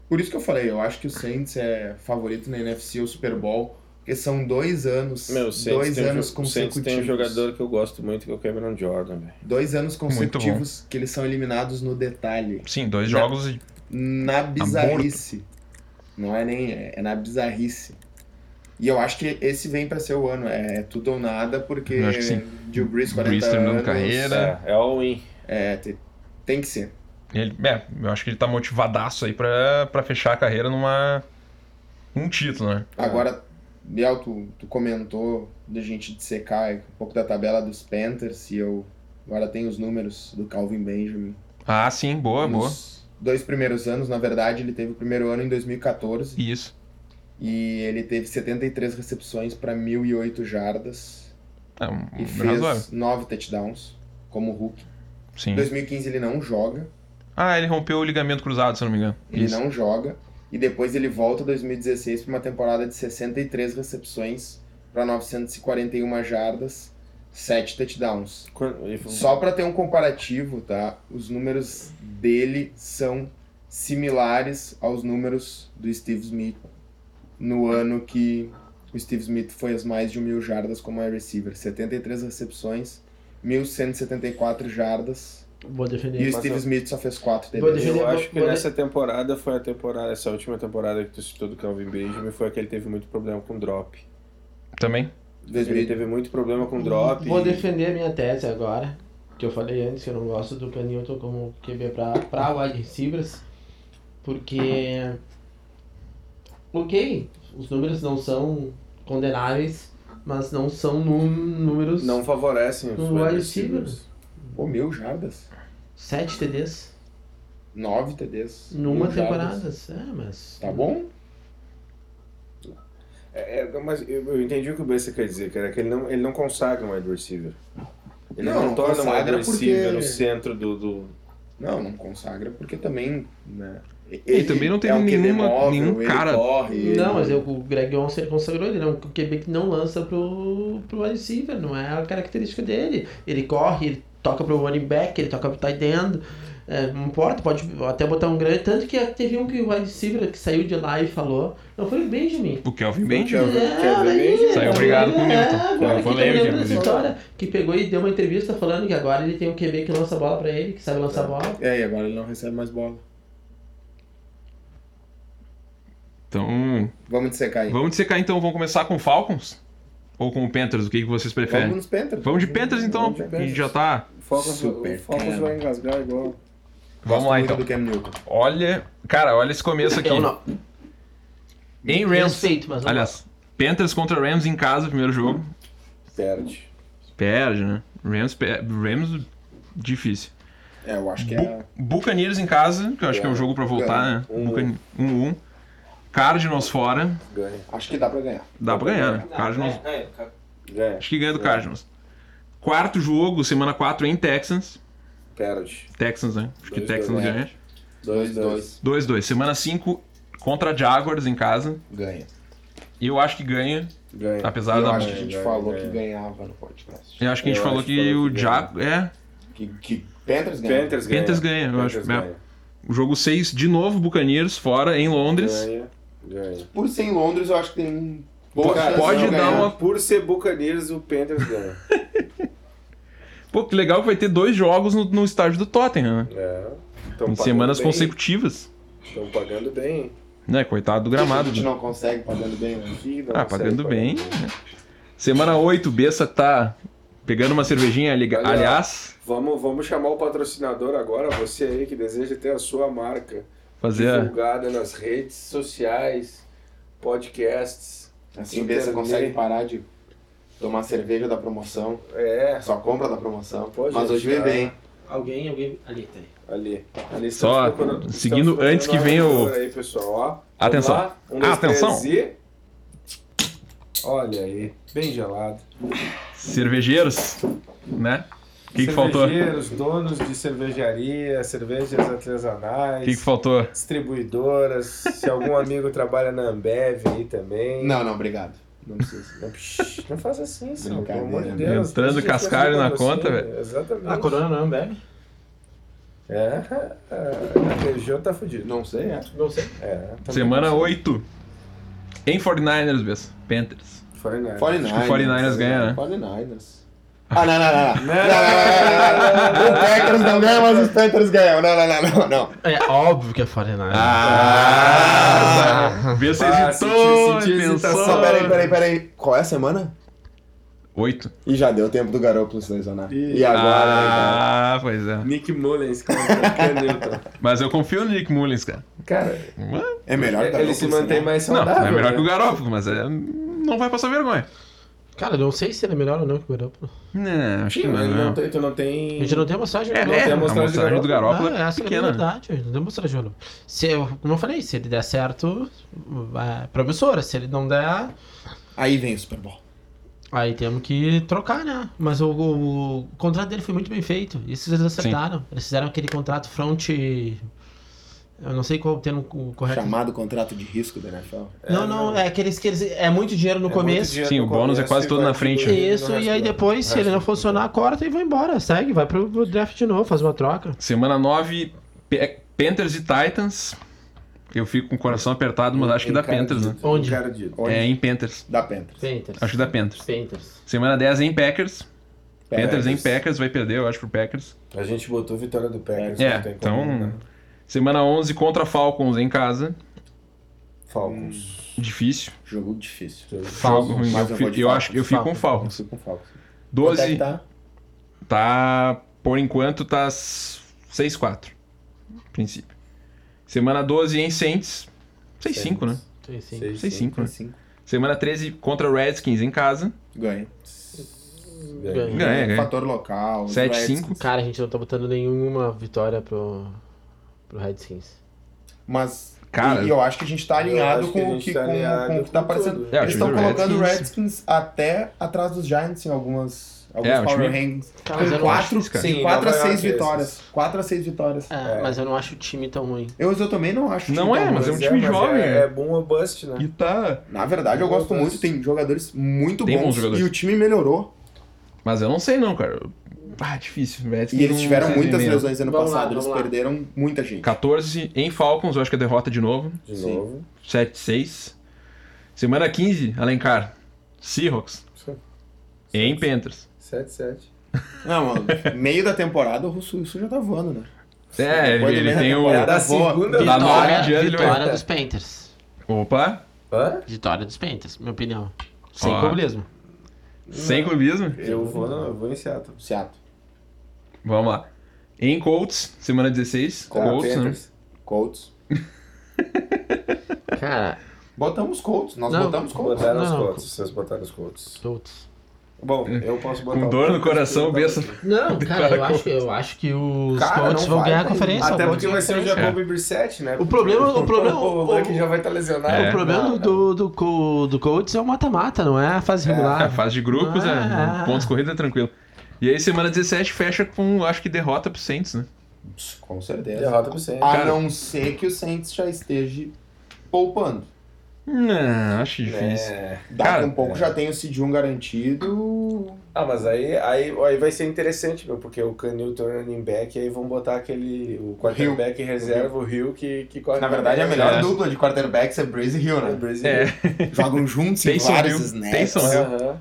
[SPEAKER 3] por isso que eu falei, eu acho que o Saints é favorito na NFC ao Super Bowl, porque são dois anos,
[SPEAKER 2] Meu, o Saints
[SPEAKER 3] dois
[SPEAKER 2] tem um
[SPEAKER 3] anos
[SPEAKER 2] jo- o Saints
[SPEAKER 3] consecutivos.
[SPEAKER 2] tem um jogador que eu gosto muito, que é o Cameron Jordan, velho.
[SPEAKER 3] Dois anos
[SPEAKER 1] bom.
[SPEAKER 3] consecutivos que eles são eliminados no detalhe.
[SPEAKER 1] sim, dois
[SPEAKER 3] Não.
[SPEAKER 1] jogos.
[SPEAKER 3] Na bizarrice. Não é nem. É, é na bizarrice. E eu acho que esse vem pra ser o ano. É tudo ou nada, porque
[SPEAKER 1] Eu acho que sim.
[SPEAKER 3] Drew Brees 40
[SPEAKER 1] Brees terminando
[SPEAKER 3] anos.
[SPEAKER 1] carreira. Era-
[SPEAKER 2] É, é all-in.
[SPEAKER 3] É, te- tem que ser.
[SPEAKER 1] Ele, é, eu acho que ele tá motivadaço aí pra, pra fechar a carreira numa. um título, né?
[SPEAKER 3] Agora, Biel, tu, tu comentou da gente dissecar um pouco da tabela dos Panthers e eu agora tenho os números do Calvin Benjamin.
[SPEAKER 1] Ah, sim, boa, boa.
[SPEAKER 3] Nos dois primeiros anos, na verdade, ele teve o primeiro ano em 2014
[SPEAKER 1] Isso.
[SPEAKER 3] e ele teve 73 recepções para 1.008 jardas.
[SPEAKER 1] É, um,
[SPEAKER 3] E
[SPEAKER 1] um razoável.
[SPEAKER 3] fez nove touchdowns como Hulk. Em
[SPEAKER 1] Sim.
[SPEAKER 3] 2015 ele não joga,
[SPEAKER 1] Ah, ele rompeu o ligamento cruzado, se eu não me engano.
[SPEAKER 3] ele
[SPEAKER 1] Isso.
[SPEAKER 3] não joga. E depois ele volta em 2016 para uma temporada de 63 recepções para 941 jardas, sete touchdowns.
[SPEAKER 2] Quando- ele foi-
[SPEAKER 3] Só para ter um comparativo, tá? Os números dele são similares aos números do Steve Smith no ano que o Steve Smith foi às mais de mil jardas como wide receiver. 73 recepções, 1.174 jardas.
[SPEAKER 4] Vou
[SPEAKER 3] E
[SPEAKER 4] defender.
[SPEAKER 3] o
[SPEAKER 2] mas
[SPEAKER 3] Steve
[SPEAKER 2] eu-
[SPEAKER 3] Smith só fez 4
[SPEAKER 4] Vou
[SPEAKER 3] TDs.
[SPEAKER 4] defender-
[SPEAKER 2] Eu
[SPEAKER 4] vou-
[SPEAKER 2] acho que
[SPEAKER 4] vou-
[SPEAKER 2] nessa temporada foi a temporada, essa última temporada que tu citou do Calvin Benjamin foi a que ele teve muito problema com drop.
[SPEAKER 1] Também.
[SPEAKER 2] Ele
[SPEAKER 3] 2000
[SPEAKER 2] teve muito problema com drop.
[SPEAKER 4] Vou
[SPEAKER 2] e-
[SPEAKER 4] defender a minha tese agora, que eu falei antes, que eu não gosto do Canilton como QB pra, pra wide receivers, porque... Ok, os números não são condenáveis, mas não são nú- números...
[SPEAKER 2] Não favorecem os
[SPEAKER 4] Não
[SPEAKER 2] wide
[SPEAKER 4] vale
[SPEAKER 2] receivers.
[SPEAKER 3] Pô, mil jardas?
[SPEAKER 4] 7 TDs
[SPEAKER 3] 9 TDs.
[SPEAKER 4] numa
[SPEAKER 3] mil
[SPEAKER 4] temporada,
[SPEAKER 3] jardas.
[SPEAKER 4] é, mas...
[SPEAKER 3] Tá bom?
[SPEAKER 2] É, é, mas eu, eu entendi o que o Bessa quer dizer, cara, é que ele não, ele não consagra um wide receiver. Ele não,
[SPEAKER 3] Não, não
[SPEAKER 2] torna um wide
[SPEAKER 3] consagra
[SPEAKER 2] receiver
[SPEAKER 3] porque-
[SPEAKER 2] no centro do. do...
[SPEAKER 3] Não, não consagra, porque também. Né,
[SPEAKER 1] também não teve
[SPEAKER 3] um QB
[SPEAKER 1] nenhuma-
[SPEAKER 3] móvel,
[SPEAKER 1] nenhum
[SPEAKER 3] ele
[SPEAKER 1] cara-
[SPEAKER 3] corre, ele-
[SPEAKER 4] Não, mas eu- o Greg Olsen ele consagrou, ele é um QB que não lança pro, pro wide receiver, não é a característica dele. Ele corre, ele toca pro running back, ele toca pro tight end, é, não importa, pode até botar um grande. Tanto que teve um que o wide receiver que saiu de lá e falou, não foi o Benjamin.
[SPEAKER 1] O Kelvin Benjamin.
[SPEAKER 2] Kelvin-
[SPEAKER 4] É,
[SPEAKER 2] Kelvin
[SPEAKER 4] aí,
[SPEAKER 2] Benjamin.
[SPEAKER 1] Saiu obrigado com o Milton.
[SPEAKER 4] É, agora
[SPEAKER 1] Eu
[SPEAKER 4] que tá
[SPEAKER 1] falei,
[SPEAKER 4] lembrando
[SPEAKER 1] eu
[SPEAKER 4] dessa
[SPEAKER 1] lembro.
[SPEAKER 4] história, que pegou e deu uma entrevista falando que agora ele tem um QB que lança a bola pra ele, que sabe lançar a bola.
[SPEAKER 3] É, e agora ele não recebe mais bola.
[SPEAKER 1] Então,
[SPEAKER 3] Vamos dissecar aí.
[SPEAKER 1] vamos dissecar então. Vamos começar com o Falcons? Ou com o Panthers? O que que vocês preferem?
[SPEAKER 3] Vamos nos Panthers.
[SPEAKER 1] Vamos de Panthers então,
[SPEAKER 2] Vamos de
[SPEAKER 1] que a
[SPEAKER 2] Panthers.
[SPEAKER 1] gente já tá.
[SPEAKER 2] O Falcons,
[SPEAKER 3] Super
[SPEAKER 2] o Falcons
[SPEAKER 3] cara.
[SPEAKER 2] vai engasgar igual.
[SPEAKER 1] Vamos
[SPEAKER 3] Gosto
[SPEAKER 1] lá
[SPEAKER 3] muito
[SPEAKER 1] então.
[SPEAKER 3] Do Cam Newton.
[SPEAKER 1] Olha, cara, olha esse começo aqui.
[SPEAKER 4] Então, não.
[SPEAKER 1] Em Rams.
[SPEAKER 4] Respeito, mas não
[SPEAKER 1] Aliás, Panthers contra Rams em casa, primeiro jogo.
[SPEAKER 2] Perde.
[SPEAKER 1] Perde, né? Rams, pe- Rams difícil.
[SPEAKER 3] É, eu acho que é.
[SPEAKER 1] Buccaneers em casa, que eu acho que é um jogo pra voltar, né?
[SPEAKER 2] Um.
[SPEAKER 1] Bucane- 1-1. Cardinals fora,
[SPEAKER 2] Ganha.
[SPEAKER 3] Acho que dá pra ganhar.
[SPEAKER 1] dá pra ganhar, né? Cardinals,
[SPEAKER 4] É,
[SPEAKER 2] Ganha.
[SPEAKER 1] acho que ganha do Cardinals. Quarto jogo, semana 4 em Texans.
[SPEAKER 2] Perde.
[SPEAKER 1] Texans, né? Acho que
[SPEAKER 2] Dois,
[SPEAKER 1] Texans
[SPEAKER 2] dois,
[SPEAKER 1] ganha.
[SPEAKER 2] 2-2.
[SPEAKER 1] 2-2. Semana 5 contra Jaguars em casa.
[SPEAKER 3] Ganha.
[SPEAKER 1] E eu acho que ganha,
[SPEAKER 2] Ganha.
[SPEAKER 1] apesar
[SPEAKER 3] Eu
[SPEAKER 1] da.
[SPEAKER 3] acho que a gente
[SPEAKER 2] ganha,
[SPEAKER 3] falou
[SPEAKER 2] ganha.
[SPEAKER 3] que ganhava no podcast.
[SPEAKER 1] Eu acho que a gente
[SPEAKER 2] Eu
[SPEAKER 1] falou
[SPEAKER 2] acho
[SPEAKER 1] que,
[SPEAKER 2] que falou
[SPEAKER 1] o
[SPEAKER 2] que
[SPEAKER 1] Jaguars. É,
[SPEAKER 3] Que, que Panthers ganha.
[SPEAKER 2] Panthers ganha.
[SPEAKER 1] Panthers ganha, eu acho.
[SPEAKER 2] Panthers
[SPEAKER 1] É.
[SPEAKER 2] ganha.
[SPEAKER 1] O jogo 6, de novo, Buccaneers, fora, em Londres.
[SPEAKER 2] Ganha. Ganha.
[SPEAKER 3] Por ser em Londres, eu acho que tem.
[SPEAKER 1] Pô,
[SPEAKER 3] chance
[SPEAKER 1] pode
[SPEAKER 3] de
[SPEAKER 2] não,
[SPEAKER 1] dar
[SPEAKER 3] ganhar.
[SPEAKER 1] uma-
[SPEAKER 2] Por ser Buccaneers, o Panthers ganha.
[SPEAKER 1] Pô, que legal que vai ter dois jogos no, no estádio do Tottenham, né?
[SPEAKER 2] É. Tão
[SPEAKER 1] Em
[SPEAKER 2] pagando
[SPEAKER 1] semanas
[SPEAKER 2] bem.
[SPEAKER 1] consecutivas.
[SPEAKER 2] Estão pagando bem.
[SPEAKER 1] Né, coitado do
[SPEAKER 3] A
[SPEAKER 1] gramado.
[SPEAKER 3] gente
[SPEAKER 1] né?
[SPEAKER 3] não consegue pagando bem, né?
[SPEAKER 2] Ih, não
[SPEAKER 1] Ah,
[SPEAKER 2] consegue
[SPEAKER 1] pagando
[SPEAKER 2] pagar.
[SPEAKER 1] bem. né? Semana 8, Bessa tá pegando uma cervejinha. ali-
[SPEAKER 2] Olha lá.
[SPEAKER 1] Aliás,
[SPEAKER 2] Vamos, vamos chamar o patrocinador agora, você aí que deseja ter a sua marca
[SPEAKER 1] fazer. a-
[SPEAKER 2] divulgada nas redes sociais, podcasts.
[SPEAKER 3] Assim, o Bessa consegue parar de Tomar cerveja da promoção.
[SPEAKER 2] É,
[SPEAKER 3] Só compra da promoção.
[SPEAKER 2] Pô,
[SPEAKER 3] Mas
[SPEAKER 2] gente,
[SPEAKER 3] hoje vem
[SPEAKER 2] tá-
[SPEAKER 3] bem.
[SPEAKER 4] Alguém, alguém. Ali, tá aí.
[SPEAKER 2] ali. ali
[SPEAKER 1] Só
[SPEAKER 2] estamos procurando-
[SPEAKER 1] seguindo
[SPEAKER 2] estamos procurando
[SPEAKER 1] antes que venha
[SPEAKER 2] uma
[SPEAKER 1] o-
[SPEAKER 2] Aí, pessoal, ó. Vamos
[SPEAKER 1] Atenção. Ah,
[SPEAKER 2] lá. Um, dois,
[SPEAKER 1] Atenção.
[SPEAKER 2] três e- Olha aí, bem gelado.
[SPEAKER 1] Cervejeiros, né? O que, que faltou? O que,
[SPEAKER 2] Cervejeiros, donos de cervejaria, cervejas artesanais,
[SPEAKER 1] que faltou?
[SPEAKER 2] distribuidoras. Se algum amigo trabalha na Ambev aí também.
[SPEAKER 3] Não, não, obrigado. Não precisa.
[SPEAKER 2] Não, psh, não faz assim, senhor, pelo amor de
[SPEAKER 3] Brincadeira,
[SPEAKER 2] Deus.
[SPEAKER 1] entrando
[SPEAKER 2] Deixa eu fazer
[SPEAKER 1] cascalho na
[SPEAKER 2] patrocínio.
[SPEAKER 1] conta, velho.
[SPEAKER 2] Exatamente.
[SPEAKER 4] A Corona não um bebe?
[SPEAKER 2] É, a região tá fudido.
[SPEAKER 3] Não sei, é.
[SPEAKER 4] Não sei.
[SPEAKER 2] É, tá
[SPEAKER 1] Semana 8. Em 49ers, Bess. Panthers.
[SPEAKER 2] Foi, né?
[SPEAKER 3] 49ers.
[SPEAKER 1] Acho que o 49ers ganha, né?
[SPEAKER 3] 49ers. Ah, não, não, não. não. Não, não, não, não, não, não. Os Packers não ganham, mas os Panthers ganham. Não, não, não, não, não.
[SPEAKER 4] É óbvio que é Foreigner.
[SPEAKER 1] Ah! Bess
[SPEAKER 2] Ah,
[SPEAKER 1] hesitou,
[SPEAKER 2] senti- tá senti
[SPEAKER 3] Só,
[SPEAKER 2] hesitação.
[SPEAKER 1] pensou.
[SPEAKER 3] peraí, peraí, peraí. Qual é a semana?
[SPEAKER 1] 8.
[SPEAKER 3] E já deu tempo do Garoppolo selecionar.
[SPEAKER 2] Ih.
[SPEAKER 3] né? E agora?
[SPEAKER 1] Ah, pois é.
[SPEAKER 2] Nick Mullens contra Cam Newton.
[SPEAKER 1] Mas eu confio no Nick Mullins, cara.
[SPEAKER 2] é Cara,
[SPEAKER 3] É melhor que o
[SPEAKER 2] ele se
[SPEAKER 3] Garoppolo
[SPEAKER 2] mantém
[SPEAKER 3] selecionar.
[SPEAKER 2] mais
[SPEAKER 1] Não,
[SPEAKER 2] saudável.
[SPEAKER 1] é melhor
[SPEAKER 2] né?
[SPEAKER 1] que o Garópolo, mas é- não vai passar vergonha.
[SPEAKER 4] Cara, eu não sei se ele é melhor ou não que o Garoppolo.
[SPEAKER 1] Não, acho que
[SPEAKER 2] Sim, mas
[SPEAKER 1] não.
[SPEAKER 2] não,
[SPEAKER 1] não.
[SPEAKER 2] tem, tu não
[SPEAKER 4] A
[SPEAKER 2] tem.
[SPEAKER 4] gente não tem amostragem
[SPEAKER 1] É,
[SPEAKER 4] do
[SPEAKER 1] é, a
[SPEAKER 4] Garoppolo.
[SPEAKER 2] amostragem do
[SPEAKER 1] amostragem do Garopolo
[SPEAKER 4] Ah,
[SPEAKER 1] é
[SPEAKER 4] essa que é a
[SPEAKER 1] pequena.
[SPEAKER 4] verdade, a gente não tem amostragem do Garoppolo. Se, eu- como eu falei, se ele der certo, é promissora. Se ele não der,
[SPEAKER 3] Aí vem o Super Bowl.
[SPEAKER 4] Aí temos que trocar, né? Mas o, o- o contrato dele foi muito bem feito. Isso eles acertaram. Eles fizeram aquele contrato front. Eu não sei qual o termo co- correto.
[SPEAKER 3] Chamado contrato de risco da NFL.
[SPEAKER 4] Não, não, é aqueles que eles. É muito dinheiro no
[SPEAKER 2] É muito
[SPEAKER 4] começo.
[SPEAKER 2] dinheiro
[SPEAKER 1] Sim,
[SPEAKER 2] no
[SPEAKER 1] o bônus é
[SPEAKER 2] começo
[SPEAKER 1] quase
[SPEAKER 2] e
[SPEAKER 1] todo
[SPEAKER 2] vai
[SPEAKER 1] na frente,
[SPEAKER 2] tudo
[SPEAKER 1] né?
[SPEAKER 4] Isso,
[SPEAKER 2] no
[SPEAKER 4] e aí
[SPEAKER 2] resto do-
[SPEAKER 4] depois, se
[SPEAKER 2] resto
[SPEAKER 4] ele não
[SPEAKER 2] do-
[SPEAKER 4] funcionar, corta e vai embora. Segue, vai pro, pro draft de novo, faz uma troca.
[SPEAKER 1] Semana 9, Pe- Panthers e Titans. Eu fico com o coração apertado, mas acho que dá Panthers, né?
[SPEAKER 4] Onde?
[SPEAKER 2] Encardido.
[SPEAKER 3] Onde?
[SPEAKER 1] É em Panthers.
[SPEAKER 3] Da Panthers.
[SPEAKER 4] Panthers.
[SPEAKER 1] Acho que dá Panthers.
[SPEAKER 4] Panthers.
[SPEAKER 1] Semana 10 em Packers. Panthers em Packers, vai perder, eu acho, pro Packers.
[SPEAKER 2] A gente botou vitória do Packers.
[SPEAKER 1] É,
[SPEAKER 2] não tem
[SPEAKER 1] então-
[SPEAKER 2] como, né?
[SPEAKER 1] Semana 11 contra Falcons em casa.
[SPEAKER 2] Falcons.
[SPEAKER 1] Difícil.
[SPEAKER 3] Jogo difícil.
[SPEAKER 1] Jogo ruim.
[SPEAKER 3] mas
[SPEAKER 1] Eu,
[SPEAKER 3] eu
[SPEAKER 1] fi-
[SPEAKER 3] vou de
[SPEAKER 1] eu
[SPEAKER 3] Falcons.
[SPEAKER 1] acho que eu fico com
[SPEAKER 3] Eu
[SPEAKER 1] Falcons.
[SPEAKER 3] fico com Falcons. Quanto é que
[SPEAKER 1] 12
[SPEAKER 3] tá?
[SPEAKER 1] tá, por enquanto, tá s- 6-4. a princípio. Semana 12 em Saints. 6-5, né?
[SPEAKER 4] Sim, sim.
[SPEAKER 1] 6-5, né?
[SPEAKER 3] Cinco.
[SPEAKER 1] Semana 13 contra Redskins em casa.
[SPEAKER 3] Ganha.
[SPEAKER 4] Ganha.
[SPEAKER 1] Ganha, ganha.
[SPEAKER 3] Fator local. os
[SPEAKER 1] 7-5.
[SPEAKER 4] Cara, a gente não tá botando nenhuma vitória pro, pro Redskins.
[SPEAKER 3] Mas
[SPEAKER 1] Cara-
[SPEAKER 3] e eu acho que a gente tá alinhado
[SPEAKER 2] acho que a
[SPEAKER 3] com o
[SPEAKER 2] gente
[SPEAKER 3] que,
[SPEAKER 2] tá
[SPEAKER 3] com-
[SPEAKER 2] alinhado
[SPEAKER 3] com o que tá
[SPEAKER 2] com
[SPEAKER 3] aparecendo.
[SPEAKER 2] tudo.
[SPEAKER 1] É, o time
[SPEAKER 3] Eles estão
[SPEAKER 1] do
[SPEAKER 3] colocando o
[SPEAKER 1] Redskins.
[SPEAKER 3] Redskins até atrás dos Giants em algumas alguns
[SPEAKER 1] É, o
[SPEAKER 3] Power
[SPEAKER 1] time-
[SPEAKER 3] Rankings.
[SPEAKER 4] Cara, mas eu
[SPEAKER 3] Tem
[SPEAKER 4] não acho
[SPEAKER 3] quatro,
[SPEAKER 1] isso, cara.
[SPEAKER 3] tem
[SPEAKER 2] Sim, é
[SPEAKER 3] quatro a
[SPEAKER 2] Nova
[SPEAKER 3] seis
[SPEAKER 2] York,
[SPEAKER 3] vitórias. Quatro a seis vitórias.
[SPEAKER 4] É, mas eu não acho o time tão ruim.
[SPEAKER 3] Eu, eu também não acho.
[SPEAKER 1] Não
[SPEAKER 3] que
[SPEAKER 1] é,
[SPEAKER 3] tá
[SPEAKER 1] mas
[SPEAKER 3] ruim.
[SPEAKER 1] é um time
[SPEAKER 2] mas
[SPEAKER 1] jovem,
[SPEAKER 2] É,
[SPEAKER 1] né?
[SPEAKER 2] é boom ou bust, né?
[SPEAKER 1] E tá.
[SPEAKER 3] Na verdade, eu gosto
[SPEAKER 2] Mas-
[SPEAKER 3] muito. Tem jogadores muito
[SPEAKER 1] Tem bons
[SPEAKER 3] bons.
[SPEAKER 1] jogadores.
[SPEAKER 3] E o time melhorou.
[SPEAKER 1] Mas eu não sei não, cara. Ah, difícil. Redskins
[SPEAKER 3] E eles
[SPEAKER 1] não
[SPEAKER 3] tiveram
[SPEAKER 1] sei
[SPEAKER 3] muitas
[SPEAKER 1] bem, não.
[SPEAKER 3] lesões ano
[SPEAKER 4] Vamos lá,
[SPEAKER 3] passado. Eles
[SPEAKER 4] vamos lá.
[SPEAKER 3] perderam muita gente.
[SPEAKER 1] 14 em Falcons, eu acho que é derrota de novo.
[SPEAKER 2] De
[SPEAKER 3] Sim.
[SPEAKER 2] novo.
[SPEAKER 1] 7-6. Semana 15, Alencar. Seahawks. Em Panthers.
[SPEAKER 2] 7-7.
[SPEAKER 3] Não, mano. meio da temporada, o Russo Wilson já tá voando, né?
[SPEAKER 1] É, ele,
[SPEAKER 3] Depois do
[SPEAKER 1] ele
[SPEAKER 3] meio da
[SPEAKER 1] tem o.
[SPEAKER 3] temporada,
[SPEAKER 2] Da
[SPEAKER 3] voa.
[SPEAKER 2] segunda-
[SPEAKER 1] Da nove em
[SPEAKER 4] Vitória,
[SPEAKER 1] diante, ele
[SPEAKER 4] vitória
[SPEAKER 1] vai.
[SPEAKER 4] dos Panthers.
[SPEAKER 1] Opa!
[SPEAKER 2] Hã?
[SPEAKER 4] Vitória dos Panthers, minha opinião. Sem
[SPEAKER 1] Ó.
[SPEAKER 4] clubismo.
[SPEAKER 1] Sem clubismo.
[SPEAKER 2] Eu vou, não, eu vou em Seattle.
[SPEAKER 3] Seattle.
[SPEAKER 1] Vamos lá. Em Colts, semana 16.
[SPEAKER 3] Tá,
[SPEAKER 1] Colts, né?
[SPEAKER 2] Panthers.
[SPEAKER 3] Colts.
[SPEAKER 4] Cara,
[SPEAKER 3] Botamos Colts. Nós
[SPEAKER 4] Não,
[SPEAKER 3] botamos Colts.
[SPEAKER 2] Botaram os
[SPEAKER 4] Não.
[SPEAKER 2] Colts. Vocês botaram os Colts.
[SPEAKER 4] putz.
[SPEAKER 2] Bom, eu posso botar
[SPEAKER 1] É. Com
[SPEAKER 2] o
[SPEAKER 1] dor no
[SPEAKER 2] Panthers,
[SPEAKER 1] coração,
[SPEAKER 2] eu
[SPEAKER 1] o
[SPEAKER 2] botar o
[SPEAKER 1] Bessa
[SPEAKER 4] Não, cara,
[SPEAKER 1] Para
[SPEAKER 4] eu
[SPEAKER 1] Colts.
[SPEAKER 4] acho, eu acho que os
[SPEAKER 3] Cara,
[SPEAKER 4] Colts
[SPEAKER 3] não
[SPEAKER 4] vão
[SPEAKER 3] vai,
[SPEAKER 4] ganhar a
[SPEAKER 3] cara.
[SPEAKER 4] conferência.
[SPEAKER 2] Até
[SPEAKER 4] vão
[SPEAKER 2] porque
[SPEAKER 4] ganhar
[SPEAKER 2] vai
[SPEAKER 4] a
[SPEAKER 2] ser o
[SPEAKER 4] conferência.
[SPEAKER 2] Jacoby Brissett, né?
[SPEAKER 4] O problema- o problema-
[SPEAKER 2] O Luck já vai estar lesionado. né?
[SPEAKER 1] É.
[SPEAKER 4] Ah, O problema
[SPEAKER 2] Não,
[SPEAKER 4] do, do, co- do Colts é o mata-mata, não é a fase regular.
[SPEAKER 1] É, fase de grupos,
[SPEAKER 4] Ah.
[SPEAKER 1] é. Pontos corridos é tranquilo. E aí, semana 17 fecha com, acho que derrota pro Saints, né?
[SPEAKER 3] Com certeza.
[SPEAKER 2] Derrota pro Saints.
[SPEAKER 3] A
[SPEAKER 1] Cara-
[SPEAKER 3] não ser que o Saints já esteja poupando.
[SPEAKER 1] Não, acho difícil.
[SPEAKER 2] É.
[SPEAKER 3] Daqui
[SPEAKER 1] Cara,
[SPEAKER 3] um pouco já tem o Cid 1 garantido.
[SPEAKER 2] Ah, mas aí, aí, aí vai ser interessante, meu, porque o Canilton é running back, e aí vão botar aquele. O quarterback reserva, o Hill, que, que corre.
[SPEAKER 3] Na verdade, a melhor
[SPEAKER 1] É.
[SPEAKER 3] dupla de quarterbacks é Breeze e Hill,
[SPEAKER 2] É,
[SPEAKER 3] né?
[SPEAKER 2] Brasil.
[SPEAKER 1] É,
[SPEAKER 3] Jogam juntos em
[SPEAKER 1] Taysom
[SPEAKER 3] vários
[SPEAKER 1] Hill,
[SPEAKER 3] snaps.
[SPEAKER 1] Taysom Hill.
[SPEAKER 2] Aham.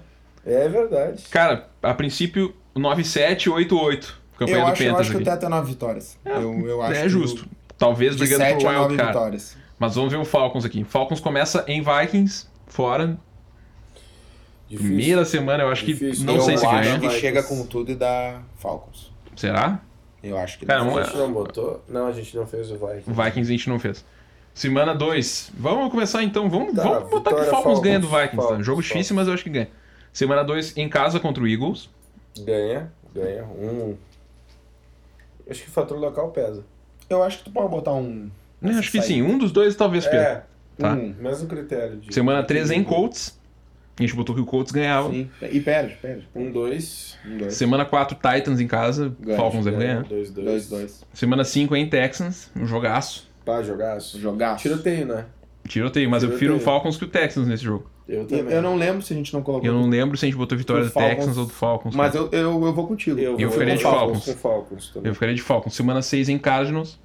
[SPEAKER 2] É verdade.
[SPEAKER 1] Cara, a princípio, 9-7, 8-8. Campanha
[SPEAKER 3] Eu
[SPEAKER 1] do
[SPEAKER 3] acho, eu
[SPEAKER 1] Panthers
[SPEAKER 3] acho que o
[SPEAKER 1] aqui.
[SPEAKER 3] teto é nove vitórias. Eu, eu acho
[SPEAKER 1] É
[SPEAKER 3] que
[SPEAKER 1] justo. Talvez
[SPEAKER 3] De
[SPEAKER 1] brigando
[SPEAKER 3] 7
[SPEAKER 1] por
[SPEAKER 3] a 9
[SPEAKER 1] wild card.
[SPEAKER 3] vitórias.
[SPEAKER 1] Mas vamos ver o Falcons aqui. Falcons começa em Vikings, fora.
[SPEAKER 2] Difícil.
[SPEAKER 1] Primeira semana, eu acho que.
[SPEAKER 2] Difícil.
[SPEAKER 1] Não
[SPEAKER 3] eu
[SPEAKER 1] sei se
[SPEAKER 3] acho
[SPEAKER 1] ganha.
[SPEAKER 3] que
[SPEAKER 2] Vikings.
[SPEAKER 3] chega com tudo e dá Falcons.
[SPEAKER 1] Será?
[SPEAKER 3] Eu acho que
[SPEAKER 1] Cara,
[SPEAKER 3] dá.
[SPEAKER 1] um-
[SPEAKER 2] A gente não botou? Não, a gente não fez o Vikings.
[SPEAKER 1] Vikings a gente não fez. Semana 2. Vamos começar então. Vamos,
[SPEAKER 2] Tá,
[SPEAKER 1] vamos botar que o
[SPEAKER 2] vitória,
[SPEAKER 1] Falcons ganha do
[SPEAKER 2] Falcons,
[SPEAKER 1] Vikings. tá?
[SPEAKER 2] Falcons,
[SPEAKER 1] Jogo difícil, mas eu acho que ganha. Semana 2, em casa contra o Eagles.
[SPEAKER 2] Ganha, ganha. Um. Acho que o fator local pesa.
[SPEAKER 3] Eu acho que tu pode botar um.
[SPEAKER 1] Né,
[SPEAKER 3] essa
[SPEAKER 1] acho que
[SPEAKER 3] saída.
[SPEAKER 1] sim, um dos dois talvez perca.
[SPEAKER 2] É,
[SPEAKER 1] Tá.
[SPEAKER 3] Um.
[SPEAKER 2] mesmo critério. De
[SPEAKER 1] Semana 3, em Colts. A gente botou que o Colts ganhava.
[SPEAKER 3] Sim. E perde, perde.
[SPEAKER 2] Um, dois.
[SPEAKER 3] Um, dois.
[SPEAKER 1] Semana 4, Titans em casa.
[SPEAKER 3] Ganha,
[SPEAKER 1] Falcons deve
[SPEAKER 2] ganha,
[SPEAKER 1] ganhar.
[SPEAKER 2] É, Dois, dois.
[SPEAKER 3] Dois, dois.
[SPEAKER 1] Semana 5, em Texans. Um jogaço.
[SPEAKER 2] Pá, jogaço.
[SPEAKER 3] Jogar.
[SPEAKER 2] Tiroteio, né?
[SPEAKER 1] Tiroteio, mas eu prefiro o
[SPEAKER 2] Tiroteio.
[SPEAKER 1] Falcons que o Texans nesse jogo.
[SPEAKER 2] Eu
[SPEAKER 3] Eu,
[SPEAKER 2] também.
[SPEAKER 3] eu não lembro se a gente não colocou.
[SPEAKER 1] Eu não lembro se a gente botou vitória
[SPEAKER 3] Do
[SPEAKER 1] do Texans
[SPEAKER 3] Falcons.
[SPEAKER 1] ou do Falcons.
[SPEAKER 3] Mas eu, eu, eu vou contigo.
[SPEAKER 2] Eu,
[SPEAKER 1] Eu
[SPEAKER 2] vou
[SPEAKER 1] ficaria
[SPEAKER 2] com
[SPEAKER 1] de Falcons.
[SPEAKER 2] com Falcons também.
[SPEAKER 1] Eu ficaria de Falcons. Semana 6 em Cardinals.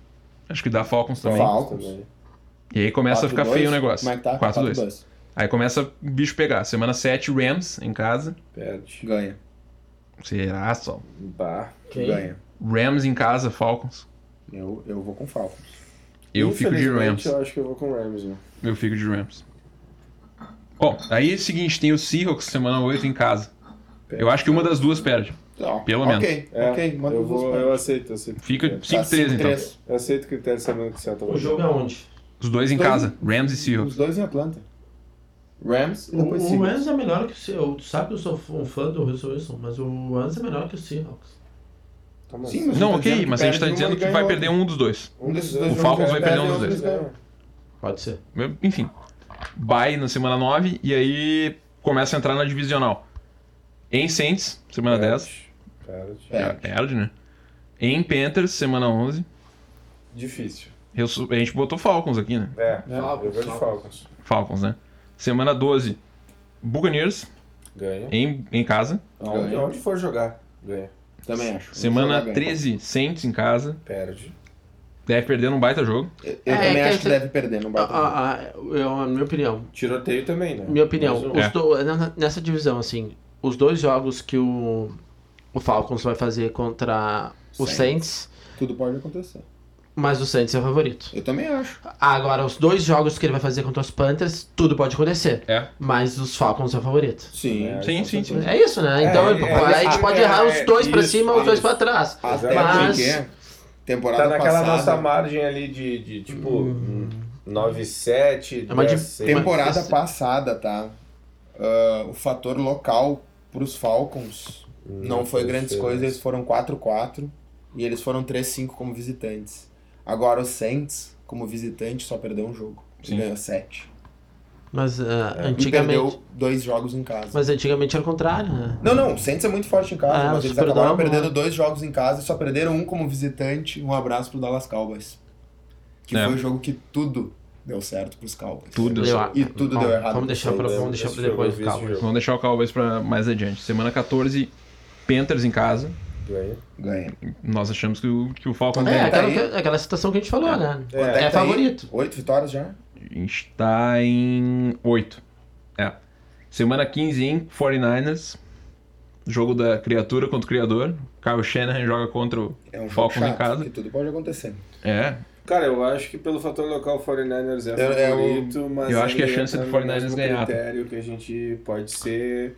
[SPEAKER 1] Acho que dá Falcons também.
[SPEAKER 3] Falcons.
[SPEAKER 2] também.
[SPEAKER 1] E aí começa a ficar
[SPEAKER 3] 4-2.
[SPEAKER 1] feio o negócio.
[SPEAKER 3] Como é que tá?
[SPEAKER 1] 4-2.
[SPEAKER 3] 4-2.
[SPEAKER 1] Aí começa o bicho pegar. Semana 7, Rams em casa.
[SPEAKER 2] Perde.
[SPEAKER 3] Ganha.
[SPEAKER 1] Será só?
[SPEAKER 2] Bah.
[SPEAKER 4] Quem?
[SPEAKER 3] Ganha.
[SPEAKER 1] Rams em casa, Falcons.
[SPEAKER 3] Eu, eu vou com Falcons.
[SPEAKER 1] Eu fico de
[SPEAKER 2] Infelizmente,
[SPEAKER 1] Rams.
[SPEAKER 2] Eu acho que eu vou com Rams, né?
[SPEAKER 1] Eu fico de Rams. Bom, aí é o seguinte, tem o Seahawks semana 8 em casa. Eu acho que uma das duas perde.
[SPEAKER 3] Tá.
[SPEAKER 1] Pelo
[SPEAKER 3] Ok,
[SPEAKER 2] É,
[SPEAKER 3] ok. Manda
[SPEAKER 2] eu,
[SPEAKER 3] os dois
[SPEAKER 2] vou,
[SPEAKER 3] pra-
[SPEAKER 2] eu aceito, eu aceito.
[SPEAKER 1] Fica
[SPEAKER 2] critério.
[SPEAKER 1] 5-3 então.
[SPEAKER 3] Tá três.
[SPEAKER 2] Eu aceito o critério sabendo que você tá
[SPEAKER 4] O jogo é onde?
[SPEAKER 1] Os dois em
[SPEAKER 3] Dois-
[SPEAKER 1] casa, Rams e Seahawks.
[SPEAKER 3] Os dois em Atlanta. Rams e
[SPEAKER 4] O,
[SPEAKER 3] depois
[SPEAKER 4] o
[SPEAKER 3] Seahawks.
[SPEAKER 4] Rams é melhor que o Seahawks. Tu sabe que eu sou f- um fã do Russell Wilson, mas o Rams é melhor que o Seahawks.
[SPEAKER 2] Toma, assim.
[SPEAKER 3] Sim, mas-
[SPEAKER 1] Não,
[SPEAKER 3] tá
[SPEAKER 1] ok,
[SPEAKER 3] dizendo que
[SPEAKER 1] mas a gente tá
[SPEAKER 3] perde uma
[SPEAKER 1] dizendo
[SPEAKER 3] e
[SPEAKER 1] que
[SPEAKER 3] ganha
[SPEAKER 1] vai
[SPEAKER 3] outra.
[SPEAKER 1] perder um dos dois.
[SPEAKER 3] Um desses dois
[SPEAKER 1] O
[SPEAKER 3] jogos
[SPEAKER 1] Falcons
[SPEAKER 3] já
[SPEAKER 1] vai perder
[SPEAKER 3] perde,
[SPEAKER 1] um dos
[SPEAKER 3] outro
[SPEAKER 1] dois.
[SPEAKER 3] ganha.
[SPEAKER 4] Pode ser.
[SPEAKER 1] Enfim. Bye na semana 9 e aí começa a entrar na divisional. Em Saints, semana 10.
[SPEAKER 2] Perde. Perde.
[SPEAKER 3] É.
[SPEAKER 1] Perde, né? Em Panthers, semana 11.
[SPEAKER 2] Difícil.
[SPEAKER 1] Eu sou- a gente botou Falcons aqui, né?
[SPEAKER 2] É,
[SPEAKER 3] Falcons,
[SPEAKER 2] eu vou de Falcons.
[SPEAKER 1] Falcons, né? Semana 12, Buccaneers,
[SPEAKER 2] Ganha.
[SPEAKER 1] em, em casa.
[SPEAKER 2] Aonde,
[SPEAKER 3] Ganha.
[SPEAKER 2] aonde for jogar, ganha.
[SPEAKER 3] Então, Também acho. Jogar
[SPEAKER 1] Semana
[SPEAKER 3] ganha.
[SPEAKER 1] 13, Saints em casa.
[SPEAKER 2] Perde.
[SPEAKER 1] Deve perder num baita jogo.
[SPEAKER 3] Eu, eu
[SPEAKER 4] É,
[SPEAKER 3] também
[SPEAKER 4] é que
[SPEAKER 3] acho que
[SPEAKER 4] eu-
[SPEAKER 3] deve perder, não
[SPEAKER 4] Ah,
[SPEAKER 3] vai perder.
[SPEAKER 4] ah, ah, eu, a minha opinião.
[SPEAKER 2] Tiroteio também, né?
[SPEAKER 4] Minha opinião,
[SPEAKER 2] Mais um.
[SPEAKER 4] os
[SPEAKER 1] É.
[SPEAKER 4] do- n- nessa divisão, assim, os dois jogos que o, o Falcons vai fazer contra o Saints,
[SPEAKER 3] Tudo pode acontecer.
[SPEAKER 4] mas o Saints é o favorito.
[SPEAKER 3] Eu também acho.
[SPEAKER 4] Agora, os dois jogos que ele vai fazer contra os Panthers, tudo pode acontecer,
[SPEAKER 1] É.
[SPEAKER 4] mas os Falcons é o favorito.
[SPEAKER 3] Sim.
[SPEAKER 2] É,
[SPEAKER 1] Sim, sim, sim.
[SPEAKER 4] É isso, né?
[SPEAKER 2] É, é,
[SPEAKER 4] Então a gente
[SPEAKER 2] é,
[SPEAKER 4] pode
[SPEAKER 2] é,
[SPEAKER 4] errar os dois pra
[SPEAKER 2] isso,
[SPEAKER 4] cima, os dois
[SPEAKER 2] isso.
[SPEAKER 4] pra trás.
[SPEAKER 3] Até
[SPEAKER 4] É, Mas-
[SPEAKER 3] porque temporada
[SPEAKER 2] Tá naquela
[SPEAKER 3] passada, Uhum.
[SPEAKER 2] nossa margem ali de, de tipo
[SPEAKER 4] Hum.
[SPEAKER 2] 9, 7,
[SPEAKER 4] É uma de-
[SPEAKER 2] 10, 6.
[SPEAKER 3] temporada
[SPEAKER 4] Mas-
[SPEAKER 3] passada, tá? Ah, o fator local pros Falcons não foi grandes coisas, eles foram 4-4 e eles foram 3-5 como visitantes. Agora o Saints, como visitante, só perdeu um jogo.
[SPEAKER 1] Sim.
[SPEAKER 3] E ganhou 7.
[SPEAKER 4] Mas ah,
[SPEAKER 3] E
[SPEAKER 4] antigamente.
[SPEAKER 3] É, perdeu dois jogos em casa.
[SPEAKER 4] Mas antigamente era o contrário, né?
[SPEAKER 3] Não, não, o Saints é muito forte em casa,
[SPEAKER 4] Ah,
[SPEAKER 3] mas eles
[SPEAKER 4] Superdome,
[SPEAKER 3] acabaram perdendo
[SPEAKER 4] né?
[SPEAKER 3] dois jogos em casa e só perderam um como visitante. Um abraço pro Dallas Cowboys. Que
[SPEAKER 1] É.
[SPEAKER 3] foi o jogo que tudo deu certo pros Cowboys.
[SPEAKER 1] Tudo.
[SPEAKER 3] E tudo
[SPEAKER 4] Bom,
[SPEAKER 3] deu é errado.
[SPEAKER 4] Vamos deixar pra, vamos deixar pra depois o Cowboys.
[SPEAKER 1] Vamos deixar o Cowboys pra mais adiante. Semana 14, Panthers em casa.
[SPEAKER 4] Uhum.
[SPEAKER 3] Ganha.
[SPEAKER 1] Nós achamos que o, que o Falcons
[SPEAKER 3] É,
[SPEAKER 4] É,
[SPEAKER 1] ganha.
[SPEAKER 3] tá
[SPEAKER 4] aquela,
[SPEAKER 3] aí.
[SPEAKER 4] que- aquela situação que a gente falou, né?
[SPEAKER 2] É.
[SPEAKER 3] Quanto
[SPEAKER 4] É,
[SPEAKER 3] que tá aí?
[SPEAKER 4] favorito.
[SPEAKER 3] Oito vitórias já?
[SPEAKER 1] A gente tá em 8. É. Semana 15 em 49ers. Jogo da criatura contra o criador. Kyle Shanahan joga contra o
[SPEAKER 3] É um jogo
[SPEAKER 1] Falcons em
[SPEAKER 3] chato,
[SPEAKER 1] casa.
[SPEAKER 3] que tudo pode acontecer.
[SPEAKER 1] É,
[SPEAKER 2] Cara, eu acho que pelo fator local o 49ers é,
[SPEAKER 3] É, é o-
[SPEAKER 2] favorito, mas
[SPEAKER 1] eu acho que a chance do
[SPEAKER 2] do
[SPEAKER 1] 49ers ganhar.
[SPEAKER 2] critério que a gente pode ser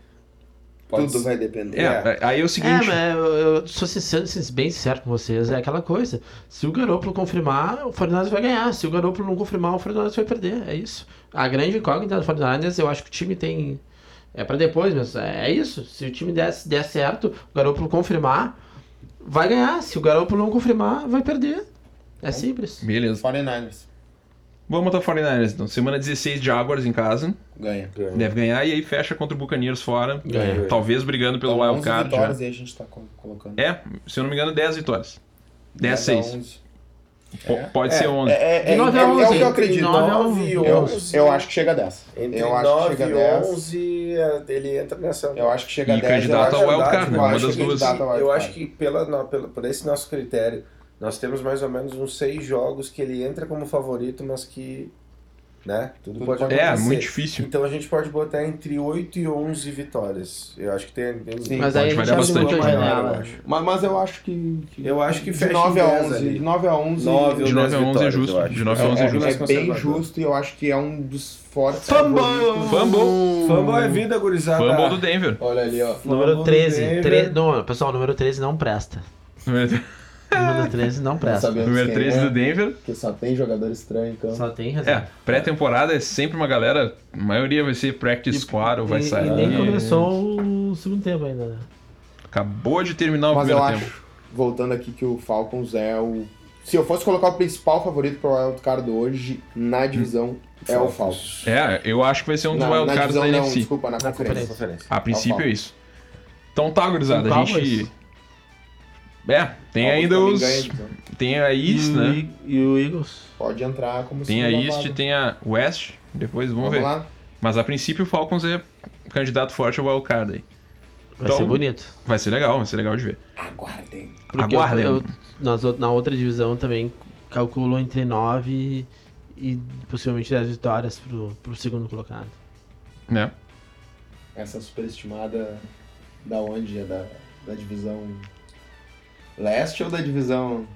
[SPEAKER 2] pode
[SPEAKER 3] tudo
[SPEAKER 2] ser-
[SPEAKER 3] vai depender.
[SPEAKER 1] é. Aí é o seguinte.
[SPEAKER 4] É, mas eu, eu sou sincero, sin- bem sincero com vocês. É aquela coisa. Se o Garoppolo confirmar, o Fernandes vai ganhar. Se o Garoppolo não confirmar, o Fernandes vai perder. É isso. A grande incógnita do Fernandes, eu acho que o time tem. É pra depois mesmo. É é isso. Se o time der, der certo, o Garoppolo confirmar, vai ganhar. Se o Garoppolo não confirmar, vai perder. É simples.
[SPEAKER 1] Beleza.
[SPEAKER 3] 49ers.
[SPEAKER 1] Vamos botar 49ers então. Semana 16, Jaguars em casa.
[SPEAKER 3] Ganha.
[SPEAKER 2] ganha.
[SPEAKER 1] Deve ganhar. E aí fecha contra o Buccaneers fora.
[SPEAKER 4] Ganha.
[SPEAKER 1] Talvez brigando pelo
[SPEAKER 3] Então, 11
[SPEAKER 1] wildcard. já.
[SPEAKER 3] vitórias aí a gente tá co- colocando.
[SPEAKER 1] É, se eu não me engano, 10 vitórias. 10, 6.
[SPEAKER 3] É.
[SPEAKER 1] Pode
[SPEAKER 2] É,
[SPEAKER 1] ser 11.
[SPEAKER 3] É, é, é,
[SPEAKER 4] De nove
[SPEAKER 3] é-
[SPEAKER 4] a
[SPEAKER 3] é o
[SPEAKER 4] onze.
[SPEAKER 3] que eu acredito.
[SPEAKER 4] De nove a onze.
[SPEAKER 2] Nove,
[SPEAKER 3] Eu,
[SPEAKER 2] onze.
[SPEAKER 3] eu acho que chega a 10.
[SPEAKER 4] É.
[SPEAKER 2] Entre
[SPEAKER 3] eu acho que
[SPEAKER 2] 9
[SPEAKER 3] chega
[SPEAKER 2] e
[SPEAKER 3] a 10.
[SPEAKER 2] 11, ele entra nessa.
[SPEAKER 3] Eu acho que chega a
[SPEAKER 1] E
[SPEAKER 3] 10.
[SPEAKER 1] candidato
[SPEAKER 3] eu acho
[SPEAKER 2] ao
[SPEAKER 3] que-
[SPEAKER 2] wildcard,
[SPEAKER 3] eu
[SPEAKER 2] né?
[SPEAKER 3] acho
[SPEAKER 2] Uma
[SPEAKER 3] que
[SPEAKER 1] das duas.
[SPEAKER 3] candidato ao
[SPEAKER 2] Eu
[SPEAKER 3] wildcard.
[SPEAKER 2] acho que pela, na- pela- por esse nosso critério, nós temos mais ou menos uns seis jogos que ele entra como favorito, mas que, né, tudo,
[SPEAKER 3] Tudo
[SPEAKER 2] pode
[SPEAKER 3] pode
[SPEAKER 1] É,
[SPEAKER 2] acontecer.
[SPEAKER 1] muito difícil.
[SPEAKER 2] Então a gente pode botar entre 8 e 11 vitórias. Eu acho que tem... tem-
[SPEAKER 3] Sim.
[SPEAKER 4] Mas
[SPEAKER 1] Pode
[SPEAKER 4] aí a gente
[SPEAKER 1] variar
[SPEAKER 4] abre
[SPEAKER 1] bastante,
[SPEAKER 4] muito a
[SPEAKER 1] né?
[SPEAKER 2] Eu
[SPEAKER 4] janela.
[SPEAKER 2] acho.
[SPEAKER 3] Mas, mas eu acho que. que-
[SPEAKER 2] Eu acho que
[SPEAKER 3] de
[SPEAKER 2] fecha
[SPEAKER 3] 9
[SPEAKER 2] em
[SPEAKER 3] a
[SPEAKER 2] 10
[SPEAKER 3] 11.
[SPEAKER 2] ali.
[SPEAKER 3] De 9 a 11.
[SPEAKER 2] Nove
[SPEAKER 1] De 9 a 11 é
[SPEAKER 2] vitórias,
[SPEAKER 1] justo.
[SPEAKER 2] eu acho.
[SPEAKER 1] De
[SPEAKER 3] é,
[SPEAKER 1] 9 a 11 é justo.
[SPEAKER 3] é,
[SPEAKER 2] mais
[SPEAKER 3] é bem
[SPEAKER 2] conservador.
[SPEAKER 3] justo e eu acho que é um dos fortes.
[SPEAKER 4] Fumble!
[SPEAKER 3] favoritos.
[SPEAKER 1] Fumble!
[SPEAKER 2] Fumble é vida, gurizada.
[SPEAKER 1] Fumble do Denver.
[SPEAKER 3] Olha ali, ó.
[SPEAKER 2] Fumble
[SPEAKER 4] Número
[SPEAKER 2] do
[SPEAKER 3] né?
[SPEAKER 4] 13.
[SPEAKER 2] Denver.
[SPEAKER 4] Tre... Não, pessoal, número 13 não presta. Número 13 não
[SPEAKER 3] Não
[SPEAKER 4] presta.
[SPEAKER 3] sabemos
[SPEAKER 1] Número
[SPEAKER 3] quem
[SPEAKER 1] 13
[SPEAKER 3] é,
[SPEAKER 1] do Denver.
[SPEAKER 3] porque só tem jogador estranho, então.
[SPEAKER 4] Só tem
[SPEAKER 1] É,
[SPEAKER 4] reserva.
[SPEAKER 1] pré-temporada é sempre uma galera. A maioria vai ser practice squad ou vai
[SPEAKER 4] e,
[SPEAKER 1] sair.
[SPEAKER 4] e nem começou o segundo tempo ainda, né?
[SPEAKER 1] Acabou de terminar o
[SPEAKER 3] Mas eu
[SPEAKER 1] primeiro
[SPEAKER 3] acho,
[SPEAKER 1] tempo.
[SPEAKER 3] voltando aqui, que o Falcons é o. Se eu fosse colocar o principal favorito para o wildcard hoje na divisão, é o Falcons.
[SPEAKER 1] É, eu acho que vai ser um dos
[SPEAKER 3] Não, na
[SPEAKER 1] wildcards da
[SPEAKER 3] divisão não,
[SPEAKER 1] NFC.
[SPEAKER 3] desculpa, Tá na
[SPEAKER 4] Na
[SPEAKER 3] conferência.
[SPEAKER 2] Conferência.
[SPEAKER 1] A princípio é isso. Então tá, gurizada,
[SPEAKER 4] Um
[SPEAKER 1] a gente. É, tem ainda os.
[SPEAKER 3] Falcons também ganha a divisão.
[SPEAKER 1] Tem a East,
[SPEAKER 4] e, o
[SPEAKER 1] né?
[SPEAKER 4] Eag- e o Eagles?
[SPEAKER 3] Pode entrar como
[SPEAKER 1] Tem a
[SPEAKER 3] segunda
[SPEAKER 1] East,
[SPEAKER 3] vaga.
[SPEAKER 1] tem a West. Depois vamos,
[SPEAKER 3] Vamos
[SPEAKER 1] ver.
[SPEAKER 3] lá.
[SPEAKER 1] Mas a princípio o Falcons é candidato forte ao wildcard aí.
[SPEAKER 4] Vai
[SPEAKER 1] Então-
[SPEAKER 4] ser bonito.
[SPEAKER 1] Vai ser legal, vai ser legal de ver.
[SPEAKER 3] Aguardem.
[SPEAKER 4] Porque
[SPEAKER 1] Aguardem.
[SPEAKER 4] eu- eu- nas ou- na outra divisão também calculo entre 9 e possivelmente 10 vitórias pro, pro segundo colocado.
[SPEAKER 1] Né?
[SPEAKER 3] Essa superestimada da onde? É da, da divisão leste ou da divisão.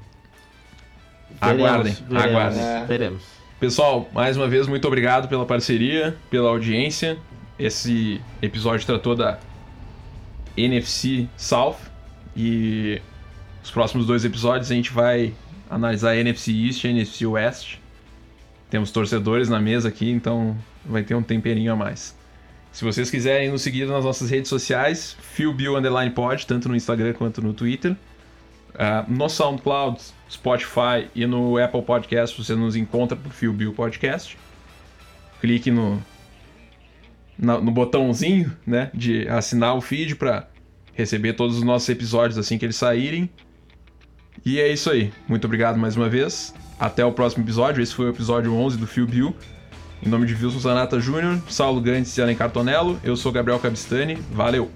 [SPEAKER 1] Aguardem,
[SPEAKER 4] veremos,
[SPEAKER 1] aguardem.
[SPEAKER 3] É.
[SPEAKER 4] Veremos.
[SPEAKER 1] Pessoal, mais uma vez, muito obrigado pela parceria, pela audiência. Esse episódio tratou da NFC South e os próximos dois episódios a gente vai analisar a NFC East e a NFC West. Temos torcedores na mesa aqui, então vai ter um temperinho a mais. Se vocês quiserem nos seguir nas nossas redes sociais, FeelBill_Pod, tanto no Instagram quanto no Twitter. Ah, no SoundCloud, Spotify e no Apple Podcast você nos encontra por Fio Bill Podcast. Clique no, na- no botãozinho né, de assinar o feed para receber todos os nossos episódios assim que eles saírem. E é isso aí. Muito obrigado mais uma vez. Até o próximo episódio. Esse foi o episódio 11 do Fio Bill. Em nome de Wilson Zanata Júnior, Saulo Grandes e Alencar Tonello, eu sou Gabriel Cabistani. Valeu!